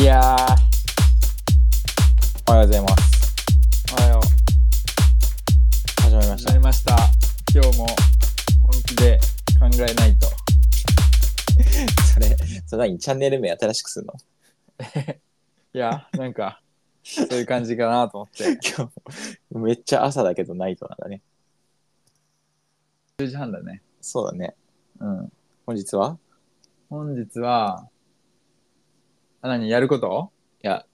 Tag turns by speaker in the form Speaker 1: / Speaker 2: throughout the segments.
Speaker 1: いやー、
Speaker 2: おはようございます。
Speaker 1: おはよ
Speaker 2: 始まりま
Speaker 1: う
Speaker 2: し
Speaker 1: な
Speaker 2: た。
Speaker 1: りました。今日も本気で考えないと。
Speaker 2: それ、それ何チャンネル名新しくするの
Speaker 1: いや、なんか、そういう感じかなと思って。
Speaker 2: 今日、 めっちゃ朝だけどナイトなんだね。
Speaker 1: 10時半だね。
Speaker 2: そうだね。
Speaker 1: うん。
Speaker 2: 本日は
Speaker 1: 本日は、あ、何、やること
Speaker 2: いや、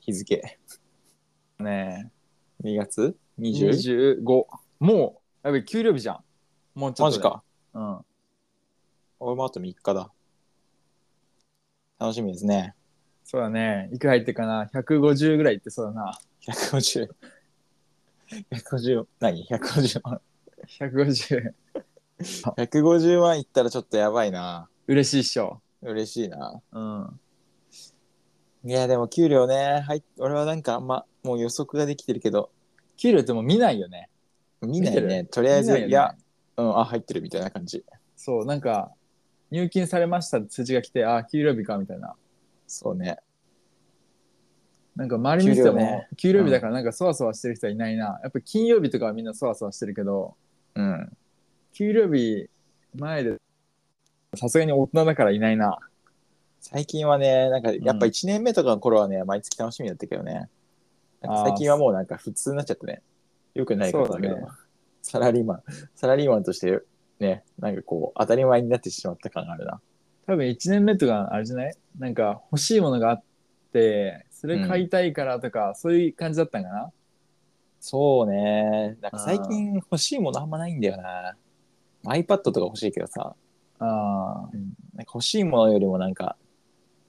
Speaker 2: 日付。
Speaker 1: ね
Speaker 2: 2月
Speaker 1: え、
Speaker 2: 20
Speaker 1: 25。もう、やべ、給料日じゃん。もうちょ
Speaker 2: マ
Speaker 1: っとで。
Speaker 2: ジか。
Speaker 1: うん。
Speaker 2: 俺もあと3日だ。楽しみですね。
Speaker 1: そうだね。いくら入ってるかな ?150 ぐらいいってそうだな。
Speaker 2: 150。150、何 ?150 万。
Speaker 1: 150。
Speaker 2: 150万いったらちょっとやばいな。
Speaker 1: 嬉しいっしょ。
Speaker 2: 嬉しいな。
Speaker 1: うん。
Speaker 2: いや、でも給料ね、はい、俺はなんかあんま、もう予測ができてるけど、
Speaker 1: 給料ってもう見ないよね。
Speaker 2: 見ない
Speaker 1: 見て
Speaker 2: ね。とりあえ
Speaker 1: 見
Speaker 2: ず、
Speaker 1: ないよね
Speaker 2: や、うん、あ、入ってるみたいな感じ。
Speaker 1: そう、なんか、入金されましたって通知が来て、あ、給料日か、みたいな。
Speaker 2: そうね。
Speaker 1: なんか周り見てても、
Speaker 2: 給料ね
Speaker 1: 給料日だからなんかそわそわしてる人はいないな。やっぱ金曜日とかはみんなそわそわしてるけど、
Speaker 2: うん。
Speaker 1: 給料日前で、さすがに大人だからいないな。
Speaker 2: 最近はね、なんか、やっぱ
Speaker 1: うん
Speaker 2: 1年目とかの頃はね、毎月楽しみだったけどね。なんか最近はもうなんか普通になっちゃったね。よくないことだけど、
Speaker 1: そうだ
Speaker 2: サラリーマン、サラリーマンとして、ね、なんかこう、当たり前になってしまった感があるな。
Speaker 1: 多分1年目とか、あれじゃないなんか欲しいものがあって、それ買いたいからとか、そういう感じだったんかな。
Speaker 2: そうね。なんか最近欲しいものあんまないんだよな。iPad とか欲しいけどさ、
Speaker 1: ああ。
Speaker 2: なんか欲しいものよりもなんか、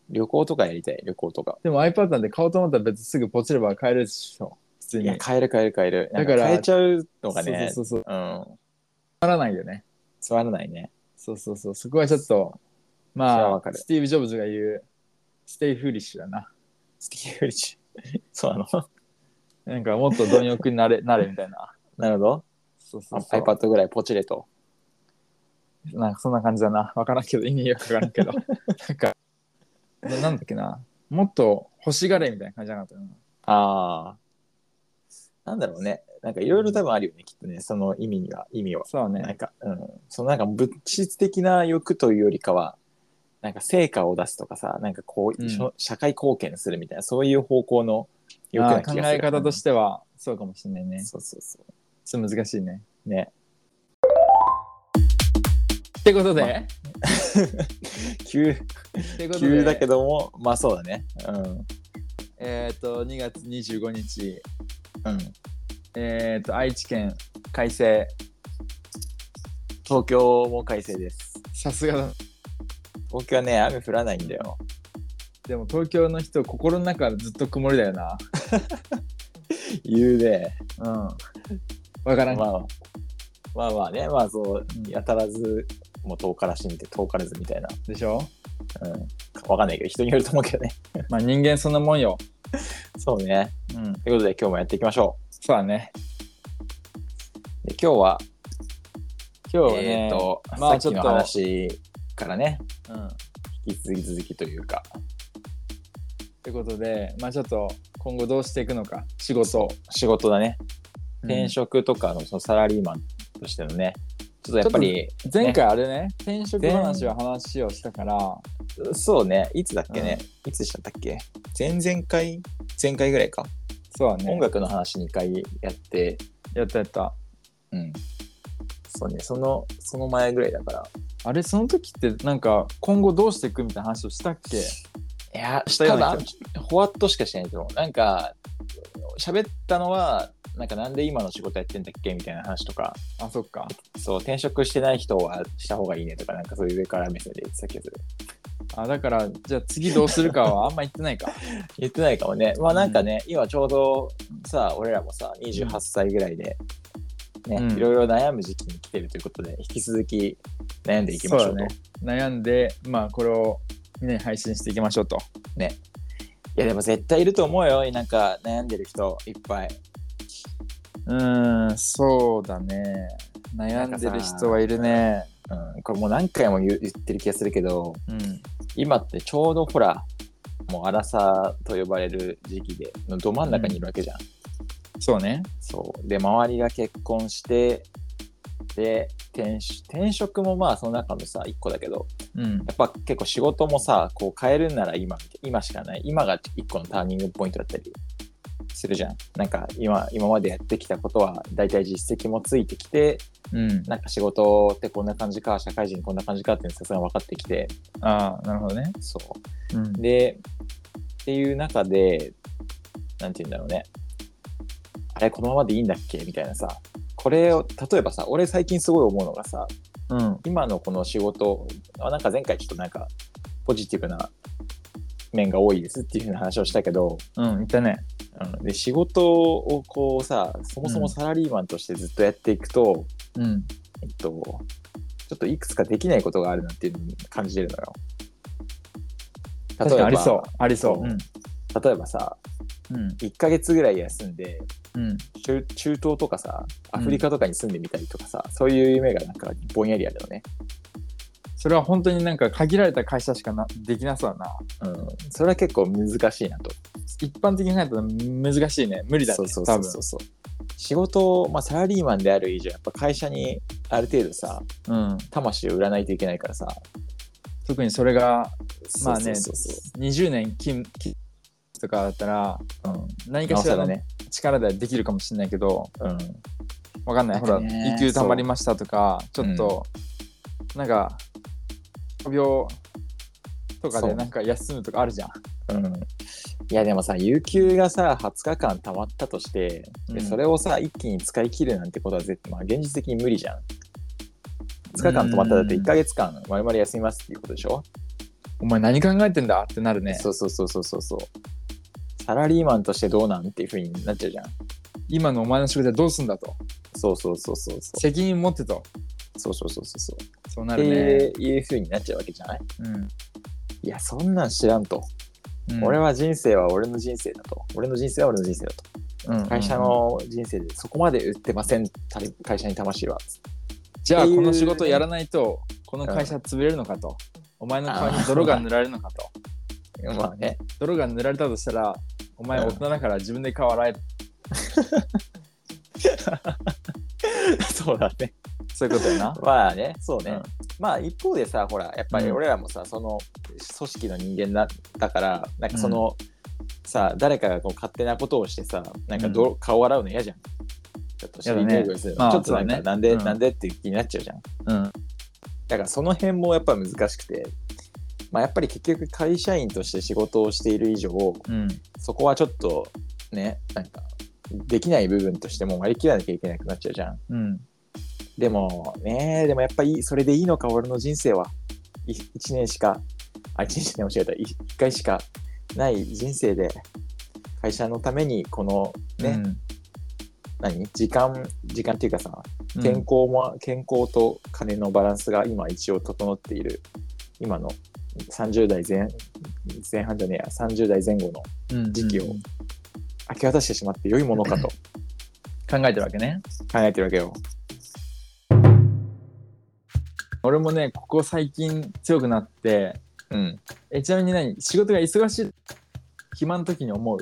Speaker 2: 旅行とかやりたい、旅行とか。
Speaker 1: でも iPad なんて買おうと思ったら別にすぐポチれば買えるでしょ。普通
Speaker 2: い
Speaker 1: に。
Speaker 2: や、買える買える買える。
Speaker 1: だ
Speaker 2: だ
Speaker 1: か
Speaker 2: からら買えちゃうのがね、
Speaker 1: そうそうそうそう。
Speaker 2: うん、
Speaker 1: ならないよね。
Speaker 2: つまらないね。
Speaker 1: そうそうそう。そこはちょっと、
Speaker 2: それは
Speaker 1: ま
Speaker 2: わか
Speaker 1: あ、
Speaker 2: る
Speaker 1: スティーブ・ジョブズが言う、ステイフーリッシュだな。
Speaker 2: スティーブ・リッジ。 そうなの
Speaker 1: なんかもっと貪欲にな れ、なれみたいな。
Speaker 2: なるほど。
Speaker 1: そうそうそう。
Speaker 2: iPad ぐらいポチれと。
Speaker 1: なんかそんな感じだな。わからんけど、意味よくわからんけ ど。なんか、ななんだっけな。もっと欲しがれみたいな感じじゃなかったかな。
Speaker 2: ああ。なんだろうね。なんかいろいろ多分あるよね、きっとね。その意味には、意味は。
Speaker 1: そう
Speaker 2: なん
Speaker 1: ね。
Speaker 2: か、うん。そのなんか物質的な欲というよりかは、なんか成果を出すとかさ、なんかこう、
Speaker 1: うん
Speaker 2: しょ社会貢献するみたいな、そういう方向の欲
Speaker 1: あ
Speaker 2: な
Speaker 1: ー考
Speaker 2: 気がす
Speaker 1: え
Speaker 2: る。
Speaker 1: 方としては、そうかもしれないね。
Speaker 2: そうそうそ
Speaker 1: ちょっと難しいね。
Speaker 2: う。ね。
Speaker 1: ってこと
Speaker 2: ま
Speaker 1: で、
Speaker 2: 急、
Speaker 1: ってことで
Speaker 2: 急だけども、まあそうだね。うん。
Speaker 1: えっ、と、2月25日、
Speaker 2: うん。
Speaker 1: えっ、と、愛知県改正。
Speaker 2: 東京も快晴です。
Speaker 1: さすがだ
Speaker 2: 東京はね、雨降らないんだよ。
Speaker 1: でも東京の人心の中はずっと曇りだよな。
Speaker 2: 言うね。
Speaker 1: うん。わからん。
Speaker 2: まあ、まあまあね、まあそう
Speaker 1: うん、
Speaker 2: やたらず、もう遠からしみて遠からずみたいな。
Speaker 1: でしょ
Speaker 2: うん。わかんないけど、人によると思うけどね。
Speaker 1: まあ人間そんなもんよ。
Speaker 2: そうね。
Speaker 1: うん。
Speaker 2: ということで、今日もやっていきましょ
Speaker 1: そうだね。
Speaker 2: う。で、今日は、
Speaker 1: 今日はね、
Speaker 2: えっ、と、
Speaker 1: まあ
Speaker 2: さっきの
Speaker 1: ちょっと
Speaker 2: 話からね、
Speaker 1: うん。
Speaker 2: 引き続き続きというか、
Speaker 1: ということで、まあちょっと今後どうしていくのか、仕事。
Speaker 2: 仕事だね。
Speaker 1: 転
Speaker 2: 転
Speaker 1: 職。
Speaker 2: 職とかのそのサラリーマンとしてのね、ちょっとやっぱり、
Speaker 1: 前回あれね、転職話は話をしたから、
Speaker 2: そうね、いつだっけね、いつしたんだっけ前々回前回ぐらいか。
Speaker 1: そうだね。
Speaker 2: 音楽の話2回やって、
Speaker 1: やったやった。
Speaker 2: うん。そうね、その、その前ぐらいだから。
Speaker 1: あれ、その時ってなんか今後どうしていくみたいな話をしたっけ
Speaker 2: いや、
Speaker 1: したよ
Speaker 2: た
Speaker 1: うな
Speaker 2: だ、ほわっとしかしてないと思う。なんか、喋ったのは、なんかなんで今の仕事やってんだっけみたいな話とか、
Speaker 1: あ、そっか。
Speaker 2: そう、転職してない人はした方がいいねとか、なんかそういう上から目線で言ってたけど、
Speaker 1: あ、だから、じゃあ次どうするかはあんま言ってないか。
Speaker 2: 言ってないかもね。まあなんかね、今ちょうどさ、俺らもさ、28歳ぐらいで、ね、
Speaker 1: うん
Speaker 2: いろいろ悩む時期に来てるということで、引き続き悩んでいきましょうと。
Speaker 1: そうだね、悩んで、まあ、これをみんなに配信していきましょうと。
Speaker 2: いやでも絶対いると思うよ。なんか悩んでる人いっぱい。
Speaker 1: うーん、そうだね。悩んでる人はいるね。
Speaker 2: うん、これもう何回も言う言ってる気がするけど、
Speaker 1: うん。
Speaker 2: 今ってちょうどほら、あもう荒さと呼ばれる時期でのど真ん中にいるわけじゃん、
Speaker 1: そうね。
Speaker 2: そうで周りが結婚してで転職転職もまあその中のさ一個だけど
Speaker 1: うん。
Speaker 2: やっぱ結構仕事もさこう変えるんなら今今しかない今が一個のターニングポイントだったりするじゃんなんか今今までやってきたことは大体実績もついてきて
Speaker 1: うん。
Speaker 2: なんか仕事ってこんな感じか社会人こんな感じかっていうのさすがに分かってきて
Speaker 1: ああ、なるほどね。
Speaker 2: そう
Speaker 1: うん。
Speaker 2: で、っていう中で、なんて言うんだろうね。あれ、このままでいいんだっけみたいなさ。これを、例えばさ、俺最近すごい思うのがさ、
Speaker 1: うん。
Speaker 2: 今のこの仕事、あなんか前回ちょっとなんか、ポジティブな面が多いですっていうふうな話をしたけど、
Speaker 1: うん。いたね。
Speaker 2: うん、で仕事をこうさ、そもそもサラリーマンとしてずっとやっていくと、
Speaker 1: うん。
Speaker 2: えっと、ちょっといくつかできないことがあるなっていうのに感じてるのよ。
Speaker 1: 確かにありそう。ありそう。
Speaker 2: そう
Speaker 1: うん。
Speaker 2: 例えばさ、
Speaker 1: うん。
Speaker 2: 1ヶ月ぐらい休んで
Speaker 1: うん。
Speaker 2: 中中東とかさアフリカとかに住んでみたりとかさ、そういう夢がなんかぼんやりあるよね、
Speaker 1: それは本当になんか限られた会社しかなできなそうだな。
Speaker 2: うん、それは結構難しいなと
Speaker 1: 一般的に考えたら難しいね。無理だね。
Speaker 2: そうそうそうそううそう仕事を、まあ、サラリーマンである以上やっぱ会社にある程度さ
Speaker 1: 多分。うん。
Speaker 2: 魂を売らないといけないからさ
Speaker 1: 特にそれが、まあね、
Speaker 2: そうそうそ
Speaker 1: 20年勤勤とかだったら、
Speaker 2: ううん
Speaker 1: 何か
Speaker 2: なお
Speaker 1: し
Speaker 2: さ
Speaker 1: ら
Speaker 2: ら
Speaker 1: の
Speaker 2: ね、
Speaker 1: 力ではできるかもしれないけど、
Speaker 2: うん、
Speaker 1: わかんない。ほ
Speaker 2: な
Speaker 1: ら、
Speaker 2: んかね
Speaker 1: 育休たまりましたとか、ち
Speaker 2: う
Speaker 1: ょっと、なんか、病とか
Speaker 2: そ
Speaker 1: で
Speaker 2: う
Speaker 1: なんか休むとかあるじゃん。
Speaker 2: うんいやでもさ有給がさ20日間たまったとして
Speaker 1: うん
Speaker 2: でそれをさ一気に使い切るなんてことは絶まあ、現実的に無理じゃん2日間止まったらだって
Speaker 1: うん
Speaker 2: 1ヶ月間まるまる休みますっていうことでしょ、
Speaker 1: お前何考えてんだってなるね。
Speaker 2: そうそうそうそうそうそうサラリーマンとしてどうなんっていうふうになっちゃうじゃん
Speaker 1: 今のお前の仕事はどうすんだと。
Speaker 2: そうそうそうそうそう
Speaker 1: 責任持ってと。
Speaker 2: そうそうそうそうそう
Speaker 1: そうな
Speaker 2: っ
Speaker 1: るね。
Speaker 2: ていうふうになっちゃうわけじゃない
Speaker 1: うん
Speaker 2: いやそんなん知らんと、
Speaker 1: うん
Speaker 2: 俺は人生は俺の人生だと俺の人生は俺の人生だと
Speaker 1: うん
Speaker 2: 会社の人生でそこまで売ってませんた会社に魂は
Speaker 1: じゃあ
Speaker 2: っていう
Speaker 1: この仕事をやらないとこの会社潰れるのかと、お前の顔に泥が塗られるのかと
Speaker 2: まあね
Speaker 1: 泥が塗られたとしたらお前
Speaker 2: うん
Speaker 1: 大人だから自分で顔洗える、
Speaker 2: そうだね
Speaker 1: そういうことやな
Speaker 2: まあねそうね、
Speaker 1: うん
Speaker 2: まあ一方でさほらやっぱり俺らもさ、その組織の人間だだからなんかその、さ誰かがこう勝手なことをしてさなんかど、う顔洗うの嫌じゃんちょっと
Speaker 1: 嫌だね
Speaker 2: する、
Speaker 1: まあ
Speaker 2: ちょっとなんか、
Speaker 1: そうだね
Speaker 2: なんで、
Speaker 1: うん
Speaker 2: なんでって気になっ ちゃうじゃん
Speaker 1: うん
Speaker 2: だからその辺もやっぱ難しくてまあやっぱり結局会社員として仕事をしている以上
Speaker 1: うん
Speaker 2: そこはちょっとねなんかできない部分としても割り切らなきゃいけなくなっちゃうじゃん
Speaker 1: うん
Speaker 2: でもねでもやっぱりそれでいいのか俺の人生はい1年しかあ1年しか間違えた 1, 回しかない人生で会社のためにこのね、何時間時間っていうかさ
Speaker 1: うん
Speaker 2: 健康も、健康と金のバランスが今一応整っている今の30代前前半じゃねえや30代前後の
Speaker 1: うん
Speaker 2: 時期を
Speaker 1: うん
Speaker 2: 明け渡してしまって良いものかと
Speaker 1: 考えてるわけね
Speaker 2: 考えてるわけよ。
Speaker 1: 俺もねここ最近強くなって
Speaker 2: うん、
Speaker 1: えちなみに何仕事が忙しい暇の時に思う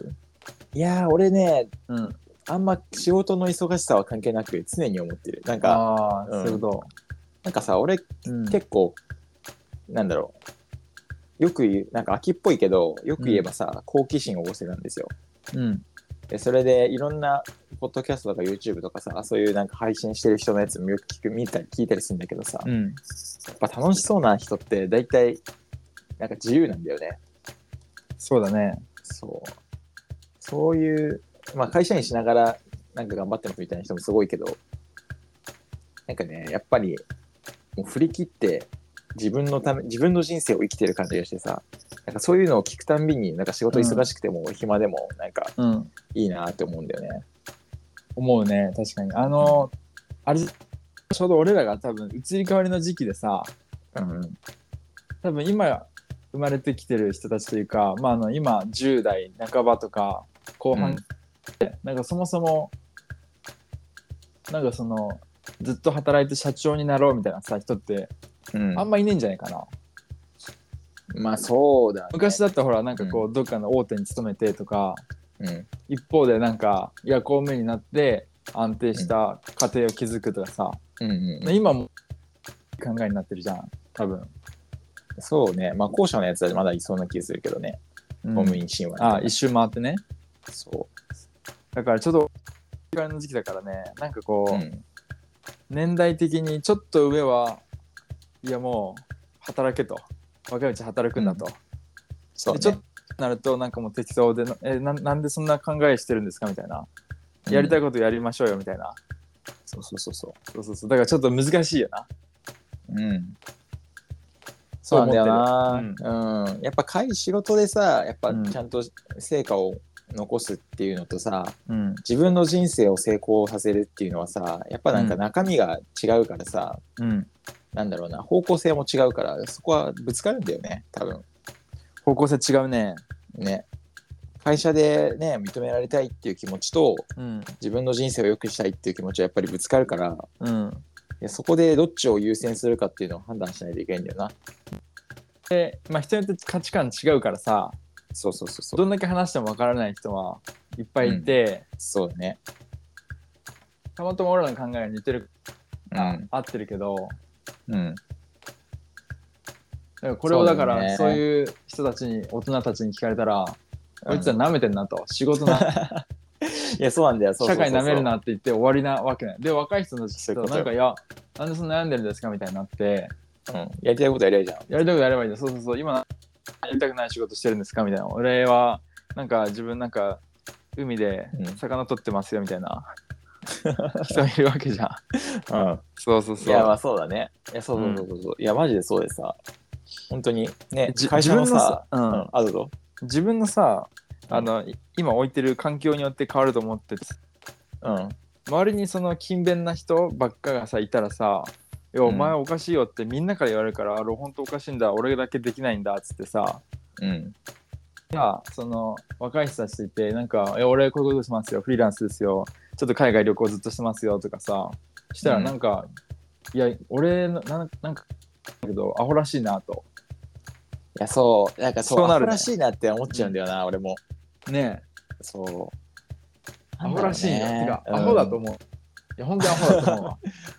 Speaker 2: いやー俺ね
Speaker 1: うん
Speaker 2: あんま仕事の忙しさは関係なく常に思ってる。なんか、
Speaker 1: ああ
Speaker 2: う
Speaker 1: ー
Speaker 2: ん
Speaker 1: そういうこ
Speaker 2: なんかさ、俺
Speaker 1: と、うん
Speaker 2: 結構、なんだろう。よく言う、なんか秋っぽいけど、よく言えばさ、好奇心旺盛なんですよ。
Speaker 1: うん
Speaker 2: で、それでいろんな、ポッドキャストとか YouTube とかさ、そういうなんか配信してる人のやつもよく聞く、見たり聞いたりするんだけどさ、
Speaker 1: う
Speaker 2: や
Speaker 1: ん
Speaker 2: っぱ楽しそうな人って大体、なんか自由なんだよね。
Speaker 1: そうだね
Speaker 2: そう。そういう、まあ会社員しながらなんか頑張ってますみたいな人もすごいけど、なんかね、やっぱり、もう振り切って自分のため、自分の人生を生きてる感じがしてさ、なんかそういうのを聞くたんびに、なんか仕事忙しくても暇でも、なんか
Speaker 1: うん
Speaker 2: いいなって思うんだよね。
Speaker 1: 思うね確かにあのあれちょうど俺らが多分移り変わりの時期でさ
Speaker 2: うん。
Speaker 1: 多分今生まれてきてる人たちというか、まあ、あの今10代半ばとか後半で、なんかそもそもなんかそのずっと働いて社長になろうみたいなさ人って
Speaker 2: うん。
Speaker 1: あんまいねえんじゃないかな、
Speaker 2: まあそうだ、ね。
Speaker 1: 昔だったらほらなんかこう、どっかの大手に勤めてとか
Speaker 2: うん。
Speaker 1: 一方でなんかいや公務員になって安定した家庭を築くとかさ、
Speaker 2: うんうんうん、
Speaker 1: 今も考えになってるじゃん多分、
Speaker 2: そうね。まあ後者のやつはまだいそうな気するけどね。
Speaker 1: うん
Speaker 2: 公務員神話、
Speaker 1: あ一周回ってね
Speaker 2: そ
Speaker 1: だからちょっとお金の時期だからねなんかこ
Speaker 2: う。
Speaker 1: う、
Speaker 2: うん。
Speaker 1: 年代的にちょっと上はいやもう働けと若いうち働くんだと、
Speaker 2: そう、
Speaker 1: で
Speaker 2: ね。
Speaker 1: ちょっとなるとなんかもう適当でなえななんでそんな考えしてるんですかみたいなやりたい
Speaker 2: く、
Speaker 1: ことやりましょうよみたいな、
Speaker 2: そうそうそうそう。
Speaker 1: そうそうそうだからちょっと難しいよな
Speaker 2: うん。そうなんだよな、
Speaker 1: そう思って
Speaker 2: うんやっぱ会仕事でさやっぱ
Speaker 1: うん
Speaker 2: ちゃんと成果を残すっていうのとさ、
Speaker 1: うん
Speaker 2: 自分の人生を成功させるっていうのはさやっぱなんか
Speaker 1: うん
Speaker 2: 中身が違うからさ、
Speaker 1: うん
Speaker 2: なんだろうな方向性も違うからそこはぶつかるんだよね多分
Speaker 1: 方向性違うね
Speaker 2: ね会社でね認められたいっていう気持ちと
Speaker 1: うん
Speaker 2: 自分の人生を良くしたいっていう気持ちはやっぱりぶつかるから
Speaker 1: うん
Speaker 2: いやそこでどっちを優先するかっていうのを判断しないといけないんだよな
Speaker 1: でまあ人によって価値観違うからさ
Speaker 2: そうそうそうそう
Speaker 1: どんだけ話してもわからない人はいっぱいいて、
Speaker 2: そうだね
Speaker 1: たまたま俺らの考えが似てるから、合ってるけど
Speaker 2: うん、うん、
Speaker 1: だからこれをだか
Speaker 2: そうだ
Speaker 1: ら
Speaker 2: ね
Speaker 1: そういう人たちに大人たちに聞かれたら、こいつは舐めてんなと仕 事な
Speaker 2: いやそうなんだよそうそ
Speaker 1: 社
Speaker 2: うそう
Speaker 1: 会舐めるなって言って終わりなわけないで若い人たち
Speaker 2: そうい
Speaker 1: と
Speaker 2: うこと
Speaker 1: なんかいやなんでそんな悩んでるんですかみたいになって
Speaker 2: うん、やりたいことやりゃいいじゃん
Speaker 1: やりたくやればいいんだそうそうそう今やりたくない仕事してるんですかみたいな俺はなんか自分なんか海で
Speaker 2: うん
Speaker 1: 魚取ってますよみたい な、人いるわけじゃん
Speaker 2: うん
Speaker 1: そうそうそう
Speaker 2: いやまあそうだねいやそうそうそうそう、いやマジでそうでさ本当にね
Speaker 1: じ
Speaker 2: 会社のさ
Speaker 1: 自分のさうん
Speaker 2: うん、あどうぞ
Speaker 1: 自分のさあの、い今置いてる環境によって変わると思ってて
Speaker 2: うん
Speaker 1: 周りにその勤勉な人ばっかがさいたらさ「いやお前おかしいよ」ってみんなから言われるから「あれ本当おかしいんだ俺だけできないんだ」っつってさ
Speaker 2: うん
Speaker 1: じゃあその若い人たちといてなんか「いや俺こういうことしますよフリーランスですよちょっと海外旅行ずっとしてますよ」とかさしたらなんか「いや俺のななんかだけどアホらしいな」と
Speaker 2: いやそうなんかそう
Speaker 1: そうな
Speaker 2: ア
Speaker 1: るね
Speaker 2: ホらしいなって思っちゃうんだよな、俺も
Speaker 1: ね
Speaker 2: そう
Speaker 1: アホらしいよ、てか
Speaker 2: うん
Speaker 1: アホだと思う、いや本当にアホだと思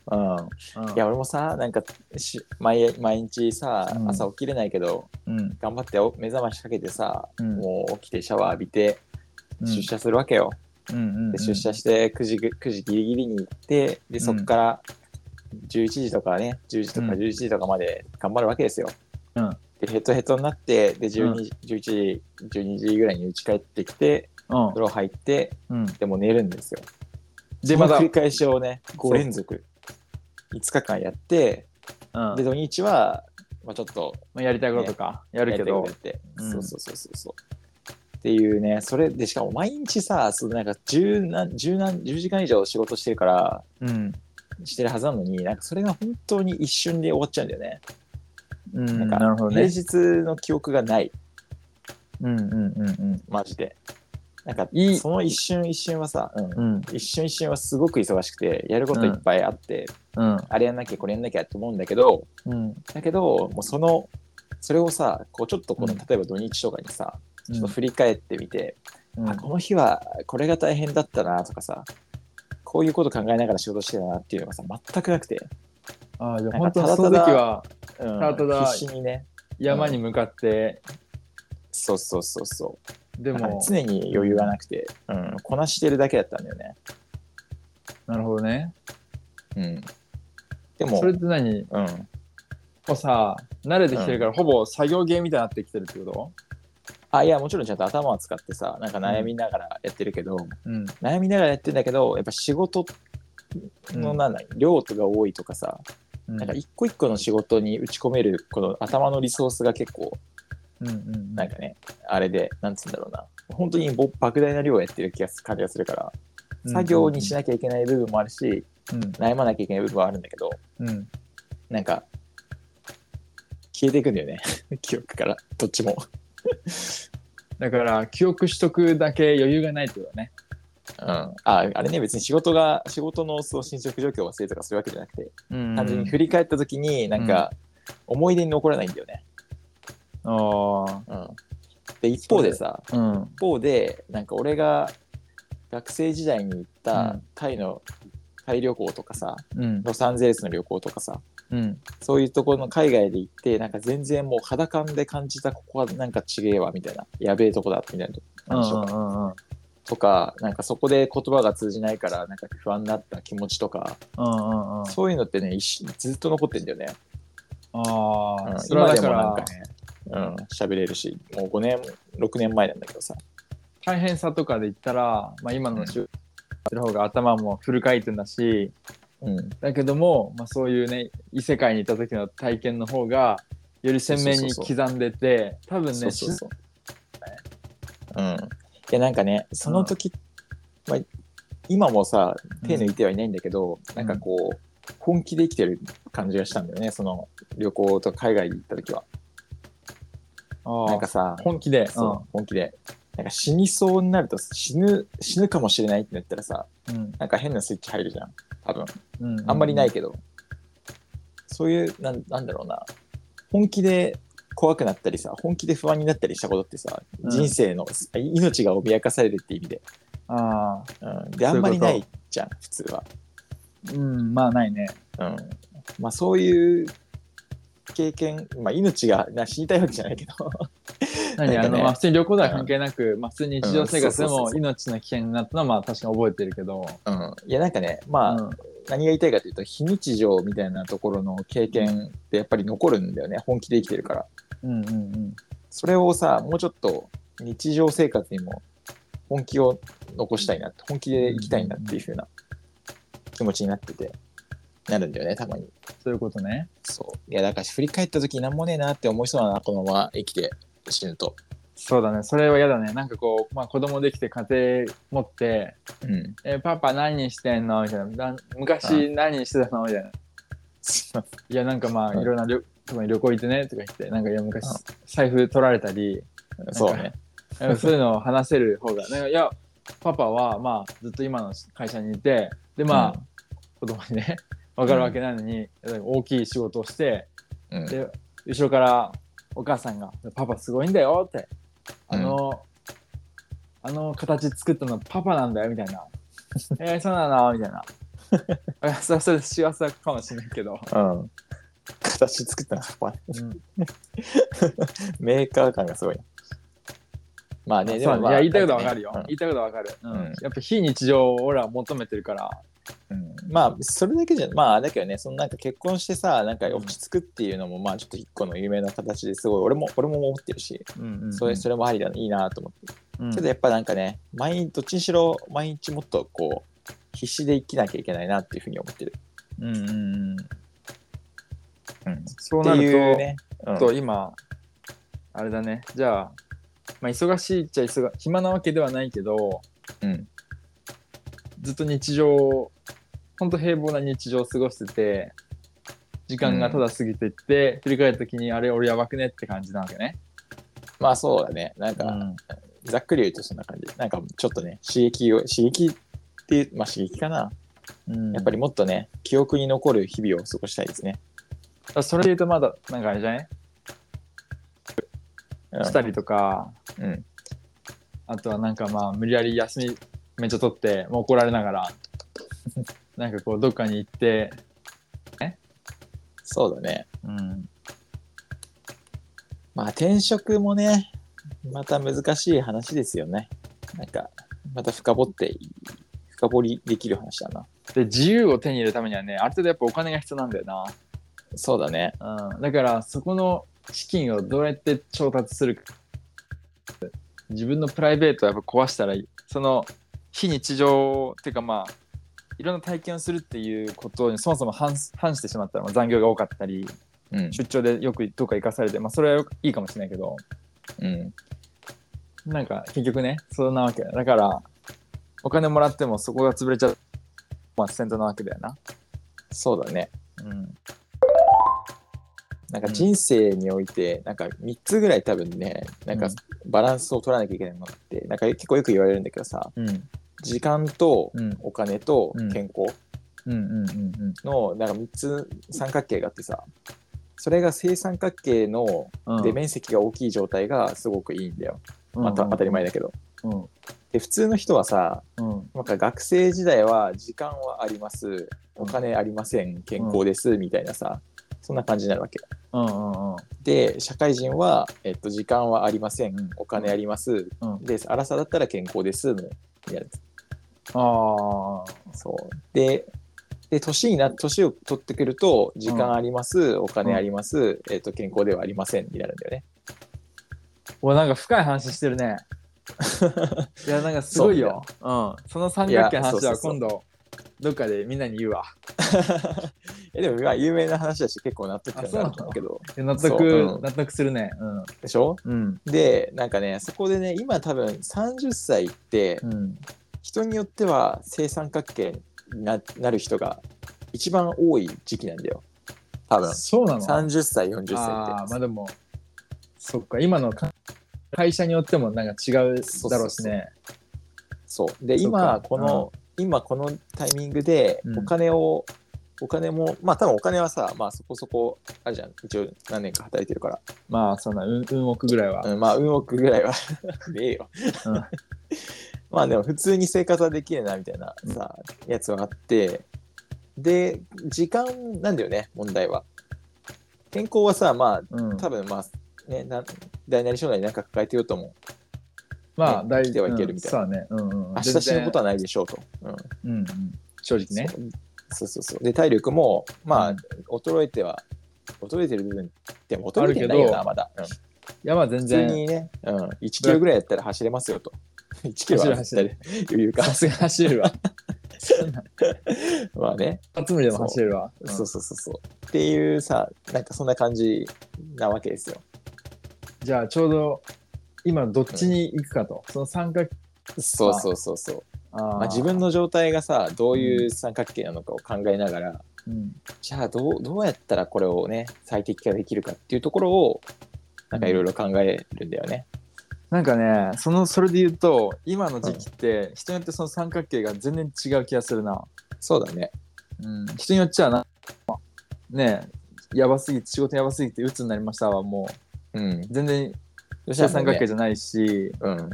Speaker 1: うわ、
Speaker 2: うん
Speaker 1: うん
Speaker 2: いや俺もさなんかし毎毎日さ
Speaker 1: うん
Speaker 2: 朝起きれないけど、
Speaker 1: うん
Speaker 2: 頑張ってお目覚ましかけてさ、
Speaker 1: うん
Speaker 2: もう起きてシャワー浴びて
Speaker 1: うん
Speaker 2: 出社するわけよ、
Speaker 1: うんうんうん
Speaker 2: で出社して9時ぐ9時ギリギリに行ってでそこから11時とかね10時とか
Speaker 1: うん
Speaker 2: 11時とかまで頑張るわけですよ。
Speaker 1: うん
Speaker 2: でヘトヘトになってで12、
Speaker 1: うん
Speaker 2: 11時12時ぐらいに家帰ってきて
Speaker 1: うん
Speaker 2: 風呂入って
Speaker 1: うん、
Speaker 2: でもう寝るんですよ。
Speaker 1: でまだ
Speaker 2: その繰り返しをね
Speaker 1: そう
Speaker 2: 5連続5日間やって
Speaker 1: うん
Speaker 2: で土日は、まあ、ちょっと
Speaker 1: まあ、やりたいこととかやるけど
Speaker 2: やりたいことやって、
Speaker 1: うん
Speaker 2: そうそうそうそうそうっていうねそれでしかも毎日さそのなんか十何十何十時間以上仕事してるから
Speaker 1: うん、
Speaker 2: してるはずなのになんかそれが本当に一瞬で終わっちゃうんだよね。
Speaker 1: うん、
Speaker 2: な
Speaker 1: なん
Speaker 2: か
Speaker 1: るほど
Speaker 2: 平
Speaker 1: ね。
Speaker 2: 日の記憶がない
Speaker 1: うんうんうんうん
Speaker 2: マジで。なんか
Speaker 1: いい
Speaker 2: その一瞬一瞬はさ、うん
Speaker 1: うん
Speaker 2: 一瞬一瞬はすごく忙しくてやることいっぱいあって、
Speaker 1: うん
Speaker 2: あれやんなきゃこれやんなきゃと思うんだけど
Speaker 1: うん
Speaker 2: だけどもうそのそれをさこうちょっとこの、
Speaker 1: うん
Speaker 2: 例えば土日とかにさ
Speaker 1: う
Speaker 2: ちょっ
Speaker 1: ん
Speaker 2: と振り返ってみて、あこの日はこれが大変だったなとかさこういうこと考えながら仕事してたなっていうのがさ全くなくて、
Speaker 1: あじゃあ
Speaker 2: な
Speaker 1: 本
Speaker 2: んか
Speaker 1: 当にその
Speaker 2: ただただ
Speaker 1: 時は
Speaker 2: うん
Speaker 1: ただただ
Speaker 2: 必死にね
Speaker 1: 山に向かって、
Speaker 2: そうそうそうそう
Speaker 1: で
Speaker 2: なんか
Speaker 1: も
Speaker 2: 常に余裕がなくて、うん、こなしてるだけだったんだよね。
Speaker 1: なるほどね。
Speaker 2: うん、でも
Speaker 1: それって何
Speaker 2: うん、
Speaker 1: もうさ慣れてきてるから、ほぼ作業芸みたいになってきてるってこと
Speaker 2: あいやもちろんちゃんと頭を使ってさなんか悩みながらやってるけど、
Speaker 1: うん
Speaker 2: 悩みながらやってんだけどやっぱ仕事のなんだ、量とか多いとかさ、
Speaker 1: うん
Speaker 2: なんか一個一個の仕事に打ち込めるこの頭のリソースが結構
Speaker 1: うんうん
Speaker 2: なんかね、あれでなんつうんだろうな本当にぼ莫大な量をやってる気がす感じがするから作業にし
Speaker 1: い
Speaker 2: なきゃいけない部分もあるし
Speaker 1: うん
Speaker 2: 悩まなきゃいけない部分もあるんだけど、
Speaker 1: うん
Speaker 2: なんか、消えていくんだよね。 記憶から。どっちも。
Speaker 1: だから記憶しとくだけ余裕がないってことね
Speaker 2: うん。あ、あれね、別に仕事が、仕事のその進捗状況を忘れるとかそういうわけじゃなくて、
Speaker 1: うん
Speaker 2: 単純に振り返った時に、なんか、思い出に残らないんだよね。
Speaker 1: あ
Speaker 2: うん、で一方でさ
Speaker 1: あ、うん。
Speaker 2: 一方でなんか俺が学生時代に行っ
Speaker 1: う
Speaker 2: た
Speaker 1: ん
Speaker 2: タイのタイ旅行とかさ
Speaker 1: うん。
Speaker 2: ロサンゼルスの旅行とかさ
Speaker 1: うん。
Speaker 2: そういうところの海外で行ってなんか全然もう肌感で感じたここはなんかちげえわみたいなやべえとこだみたいな
Speaker 1: うん
Speaker 2: 感じとか,、
Speaker 1: うんうん
Speaker 2: とかなんかそこで言葉が通じないからなんか不安になった気持ちとか、
Speaker 1: うんうんうん。
Speaker 2: そういうのってね一緒ずっと残ってんだよね、
Speaker 1: あ
Speaker 2: う
Speaker 1: あ、
Speaker 2: ん
Speaker 1: それはだ
Speaker 2: 今で
Speaker 1: か
Speaker 2: もな
Speaker 1: ら
Speaker 2: んかねうん喋れるしもう5年6年前なんだけどさ
Speaker 1: 大変さとかで言ったら、まあ、今の仕事する方が頭もフル回転だし、
Speaker 2: うん
Speaker 1: だけども、まあ、そういうね異世界に行った時の体験の方がより鮮明に
Speaker 2: そうそう
Speaker 1: 刻
Speaker 2: そ
Speaker 1: んでて多分ね
Speaker 2: そうそうそう。うん。いやなんかねその時、まあ、今もさ手抜いてはいないんだけど、なんかこう本気で生きてる感じがしたんだよねその旅行とか海外に行った時は。
Speaker 1: ああ
Speaker 2: なんかさ
Speaker 1: 本気で
Speaker 2: そう、本気で。なんか死にそうになると死ぬ死ぬかもしれないってなったらさ
Speaker 1: うんうん
Speaker 2: なんか変なスイッチ入るじゃん多分
Speaker 1: うう
Speaker 2: あんまりないけど、そういうなんなんだろうな本気で怖くなったりさ本気で不安になったりしたことってさ、
Speaker 1: うん
Speaker 2: 人生のあ命が脅かされるって意味で、
Speaker 1: ああ
Speaker 2: うん、で
Speaker 1: そういうこと
Speaker 2: あんまりないじゃん普通は、
Speaker 1: うんまあないね
Speaker 2: うんまあ、そういう経験、まあ、命がな死にたいわけじゃないけど
Speaker 1: 何
Speaker 2: なん
Speaker 1: あ
Speaker 2: かね
Speaker 1: の、まあ、普通に旅行では関係なく、まあ、普通に日常生活で
Speaker 2: うんそうそうそう
Speaker 1: も
Speaker 2: そう
Speaker 1: 命の危険になったのはまあ確かに覚えてるけど、
Speaker 2: うん、いやなんかねま
Speaker 1: う
Speaker 2: あ、
Speaker 1: ん
Speaker 2: 何が言いたいかというと非日常みたいなところの経験ってやっぱり残るんだよね本気で生きてるから
Speaker 1: うんうんうん
Speaker 2: それをさもうちょっと日常生活にも本気を残したいな本気で生きたいなっていう風な気持ちになっててなるんだよねたまに
Speaker 1: そういうことね
Speaker 2: そういやだから振り返った時何もねえなって思いそうだなこのまま生きて死ぬと
Speaker 1: そうだねそれは嫌だねなんかこう、まあ、子供できて家庭持って
Speaker 2: うん
Speaker 1: 「えパパ何してんの?」みたいなだ「昔何してたの?」みたいな 「いやなんかまあ
Speaker 2: うん
Speaker 1: いろんな旅特に旅行行ってね」とか言って「なんかいや昔財布取られたり
Speaker 2: そうね
Speaker 1: なんかそういうのを話せる方がなんかいやパパはまあずっと今の会社にいてでまあ、子供にね分かるわけないのに、なんか大きい仕事をして
Speaker 2: うん
Speaker 1: で後ろからお母さんが「パパすごいんだよ」って「あの、あの形作ったのパパなんだよ」みたいな 「えー、そうなの?」みたいな いやそれはそれで幸せかもしれないけど、
Speaker 2: うん形作ったなやっぱ
Speaker 1: うん
Speaker 2: メーカー感がすごいなまあねで
Speaker 1: そうね
Speaker 2: もまあ
Speaker 1: いや言いたいことはわかるよ、
Speaker 2: うん
Speaker 1: 言いたいことはわかる、うん
Speaker 2: うん
Speaker 1: やっぱ非日常を俺らは求めてるから
Speaker 2: うんまあそれだけじゃまあだけどねそのなんか結婚してさなんか落ち着くっていうのもまあちょっと一個の有名な形ですごい俺も俺も思ってるし、それそれもありだいいなと思って、
Speaker 1: うん
Speaker 2: けどやっぱなんかね毎日どっちにしろ毎日もっとこう必死で生きなきゃいけないなっていうふうに思ってる、
Speaker 1: うんうんうん
Speaker 2: うん、
Speaker 1: そう
Speaker 2: っ
Speaker 1: な
Speaker 2: て
Speaker 1: る
Speaker 2: いう
Speaker 1: と,、
Speaker 2: ね、うん
Speaker 1: と今あれだねじゃあ、まあ、忙しいっちゃ忙暇なわけではないけど
Speaker 2: うん
Speaker 1: ずっと日常をほんと平凡な日常を過ごしてて時間がただ過ぎてって、振り返るときにあれ俺やばくねって感じなわけね、
Speaker 2: まあそうだねなんか、ざっくり言うとそんな感じなんかちょっとね刺激を刺激っていうまあ刺激かな、
Speaker 1: うん
Speaker 2: やっぱりもっとね記憶に残る日々を過ごしたいですね、
Speaker 1: だからそれで言うとまだなんかあれじゃない
Speaker 2: うん、
Speaker 1: したりとか、
Speaker 2: うん
Speaker 1: あとはなんかまあ無理やり休みめっちゃ取ってもう怒られながら なんかこうどっかに行って、
Speaker 2: そうだね
Speaker 1: うん、
Speaker 2: まあ転職もね、また難しい話ですよね。なんか、また深掘って、深掘りできる話だな。
Speaker 1: で自由を手に入れるためにはねある程度やっぱお金が必要なんだよな、
Speaker 2: そうだね。
Speaker 1: うん、だからそこの資金をどうやって調達するか自分のプライベートをやっぱ壊したらいいその非日常っていうかまあいろんな体験をするっていうことにそもそも反反してしまったらまあ残業が多かったり
Speaker 2: うん。
Speaker 1: 出張でよくどっか行かされて、まあ、それはよくいいかもしれないけど
Speaker 2: うん。
Speaker 1: なんか結局ねそんなわけだからお金もらってもそこが潰れちゃう、まあ、先頭なわけだよな、
Speaker 2: そうだね。
Speaker 1: うん、
Speaker 2: なんか人生において、なんか3つぐらい多分ね、なん
Speaker 1: う
Speaker 2: か
Speaker 1: ん
Speaker 2: バランスを取らなきゃいけないものって、なんか結構よく言われるんだけどさ、
Speaker 1: うん
Speaker 2: 時間と
Speaker 1: うん
Speaker 2: お金と
Speaker 1: うん
Speaker 2: 健康
Speaker 1: うんうんうん
Speaker 2: の、なんか3つ三角形があってさ、それが正三角形の
Speaker 1: うん
Speaker 2: で面積が大きい状態がすごくいいんだよ、まあ、た当たり前だけど
Speaker 1: うん
Speaker 2: で普通の人はさ
Speaker 1: うんうん
Speaker 2: なんか学生時代は時間はありますお金ありません健康ですみたいなさそんな感じになるわけ
Speaker 1: うんうんうん
Speaker 2: で社会人は、えっと、時間はありませんお金あります、
Speaker 1: うん
Speaker 2: で荒さだったら健康ですのやる
Speaker 1: ああ
Speaker 2: そうでで年にな年を取ってくると時間あります、お金あります、えっと、健康ではありませんになるんだよね
Speaker 1: おなんか深い話してるね いやなんかすごいようん、その三角形の
Speaker 2: いやそ
Speaker 1: 話
Speaker 2: うそう
Speaker 1: は
Speaker 2: そう
Speaker 1: 今度どっかでみんなに言うわ
Speaker 2: えでもまあ有名な話だし結構納得感
Speaker 1: あそうな
Speaker 2: が
Speaker 1: の
Speaker 2: あると思うけど
Speaker 1: いや納
Speaker 2: そう
Speaker 1: 得、
Speaker 2: うん
Speaker 1: 納得するね
Speaker 2: でしょ
Speaker 1: うん
Speaker 2: でなんかねそこでね今多分30歳って
Speaker 1: うんうん
Speaker 2: 人によっては正三角形にななる人が一番多い時期なんだよ多分
Speaker 1: そうなの
Speaker 2: 30歳40歳って
Speaker 1: あーまあでもそっか今のか会社によってもなんか違うだろうしね
Speaker 2: そうで
Speaker 1: そうか
Speaker 2: 今この、今このタイミングで
Speaker 1: うん
Speaker 2: お金を、お金もまあ多分お金はさまあそこそこあるじゃん一応何年か働いてるから、
Speaker 1: まあそんな運運億ぐらいは、
Speaker 2: うん、まあ運億ぐらいは ねえよ、
Speaker 1: うん
Speaker 2: まあでも普通に生活はできるなみたいなさ、やつはあってで時間なんだよね問題は健康はさまあ
Speaker 1: うん、
Speaker 2: 多分まあねな大なり小なりなんか抱えてようとも
Speaker 1: まあ
Speaker 2: ね
Speaker 1: 大
Speaker 2: 生きてはいけるみたいな
Speaker 1: うんそうだねうんうん
Speaker 2: 明日死ぬこと
Speaker 1: は
Speaker 2: はないでしょうと、うん、
Speaker 1: うん、うん、正直ね
Speaker 2: そうそうそうそうで体力もまあ、
Speaker 1: うん
Speaker 2: 衰えては衰えてる部分って衰えてないよ
Speaker 1: あるけど
Speaker 2: なまだ、うん
Speaker 1: いやまあ全
Speaker 2: 普通
Speaker 1: 然
Speaker 2: にね、うん、1キロぐらいやったら走れますよと 1キロは
Speaker 1: 走
Speaker 2: 走った
Speaker 1: れ
Speaker 2: り余裕か
Speaker 1: さすが走れるわそんな
Speaker 2: まあね、
Speaker 1: 二つ目でも走れるわうん
Speaker 2: そうそうそうそうっていうさなんかそんな感じなわけですよ
Speaker 1: じゃあちょうど今どっちに行くかと、その三角
Speaker 2: そうそうそうそう
Speaker 1: あー
Speaker 2: まあ、自分の状態がさどういう三角形なのかを考えながら、
Speaker 1: うん
Speaker 2: じゃあどうどうやったらこれをね最適化できるかっていうところをなんかいろいろ考えるんだよね、
Speaker 1: なんかねそのそれで言うと今の時期って人によってその三角形が全然違う気がするな、
Speaker 2: そうだね
Speaker 1: うん、人によっちゃなねえやばすぎて仕事やばすぎて鬱になりましたはも
Speaker 2: うん
Speaker 1: う全然
Speaker 2: そした
Speaker 1: 正
Speaker 2: ら
Speaker 1: 三
Speaker 2: もうね
Speaker 1: 角形じゃないし、
Speaker 2: うん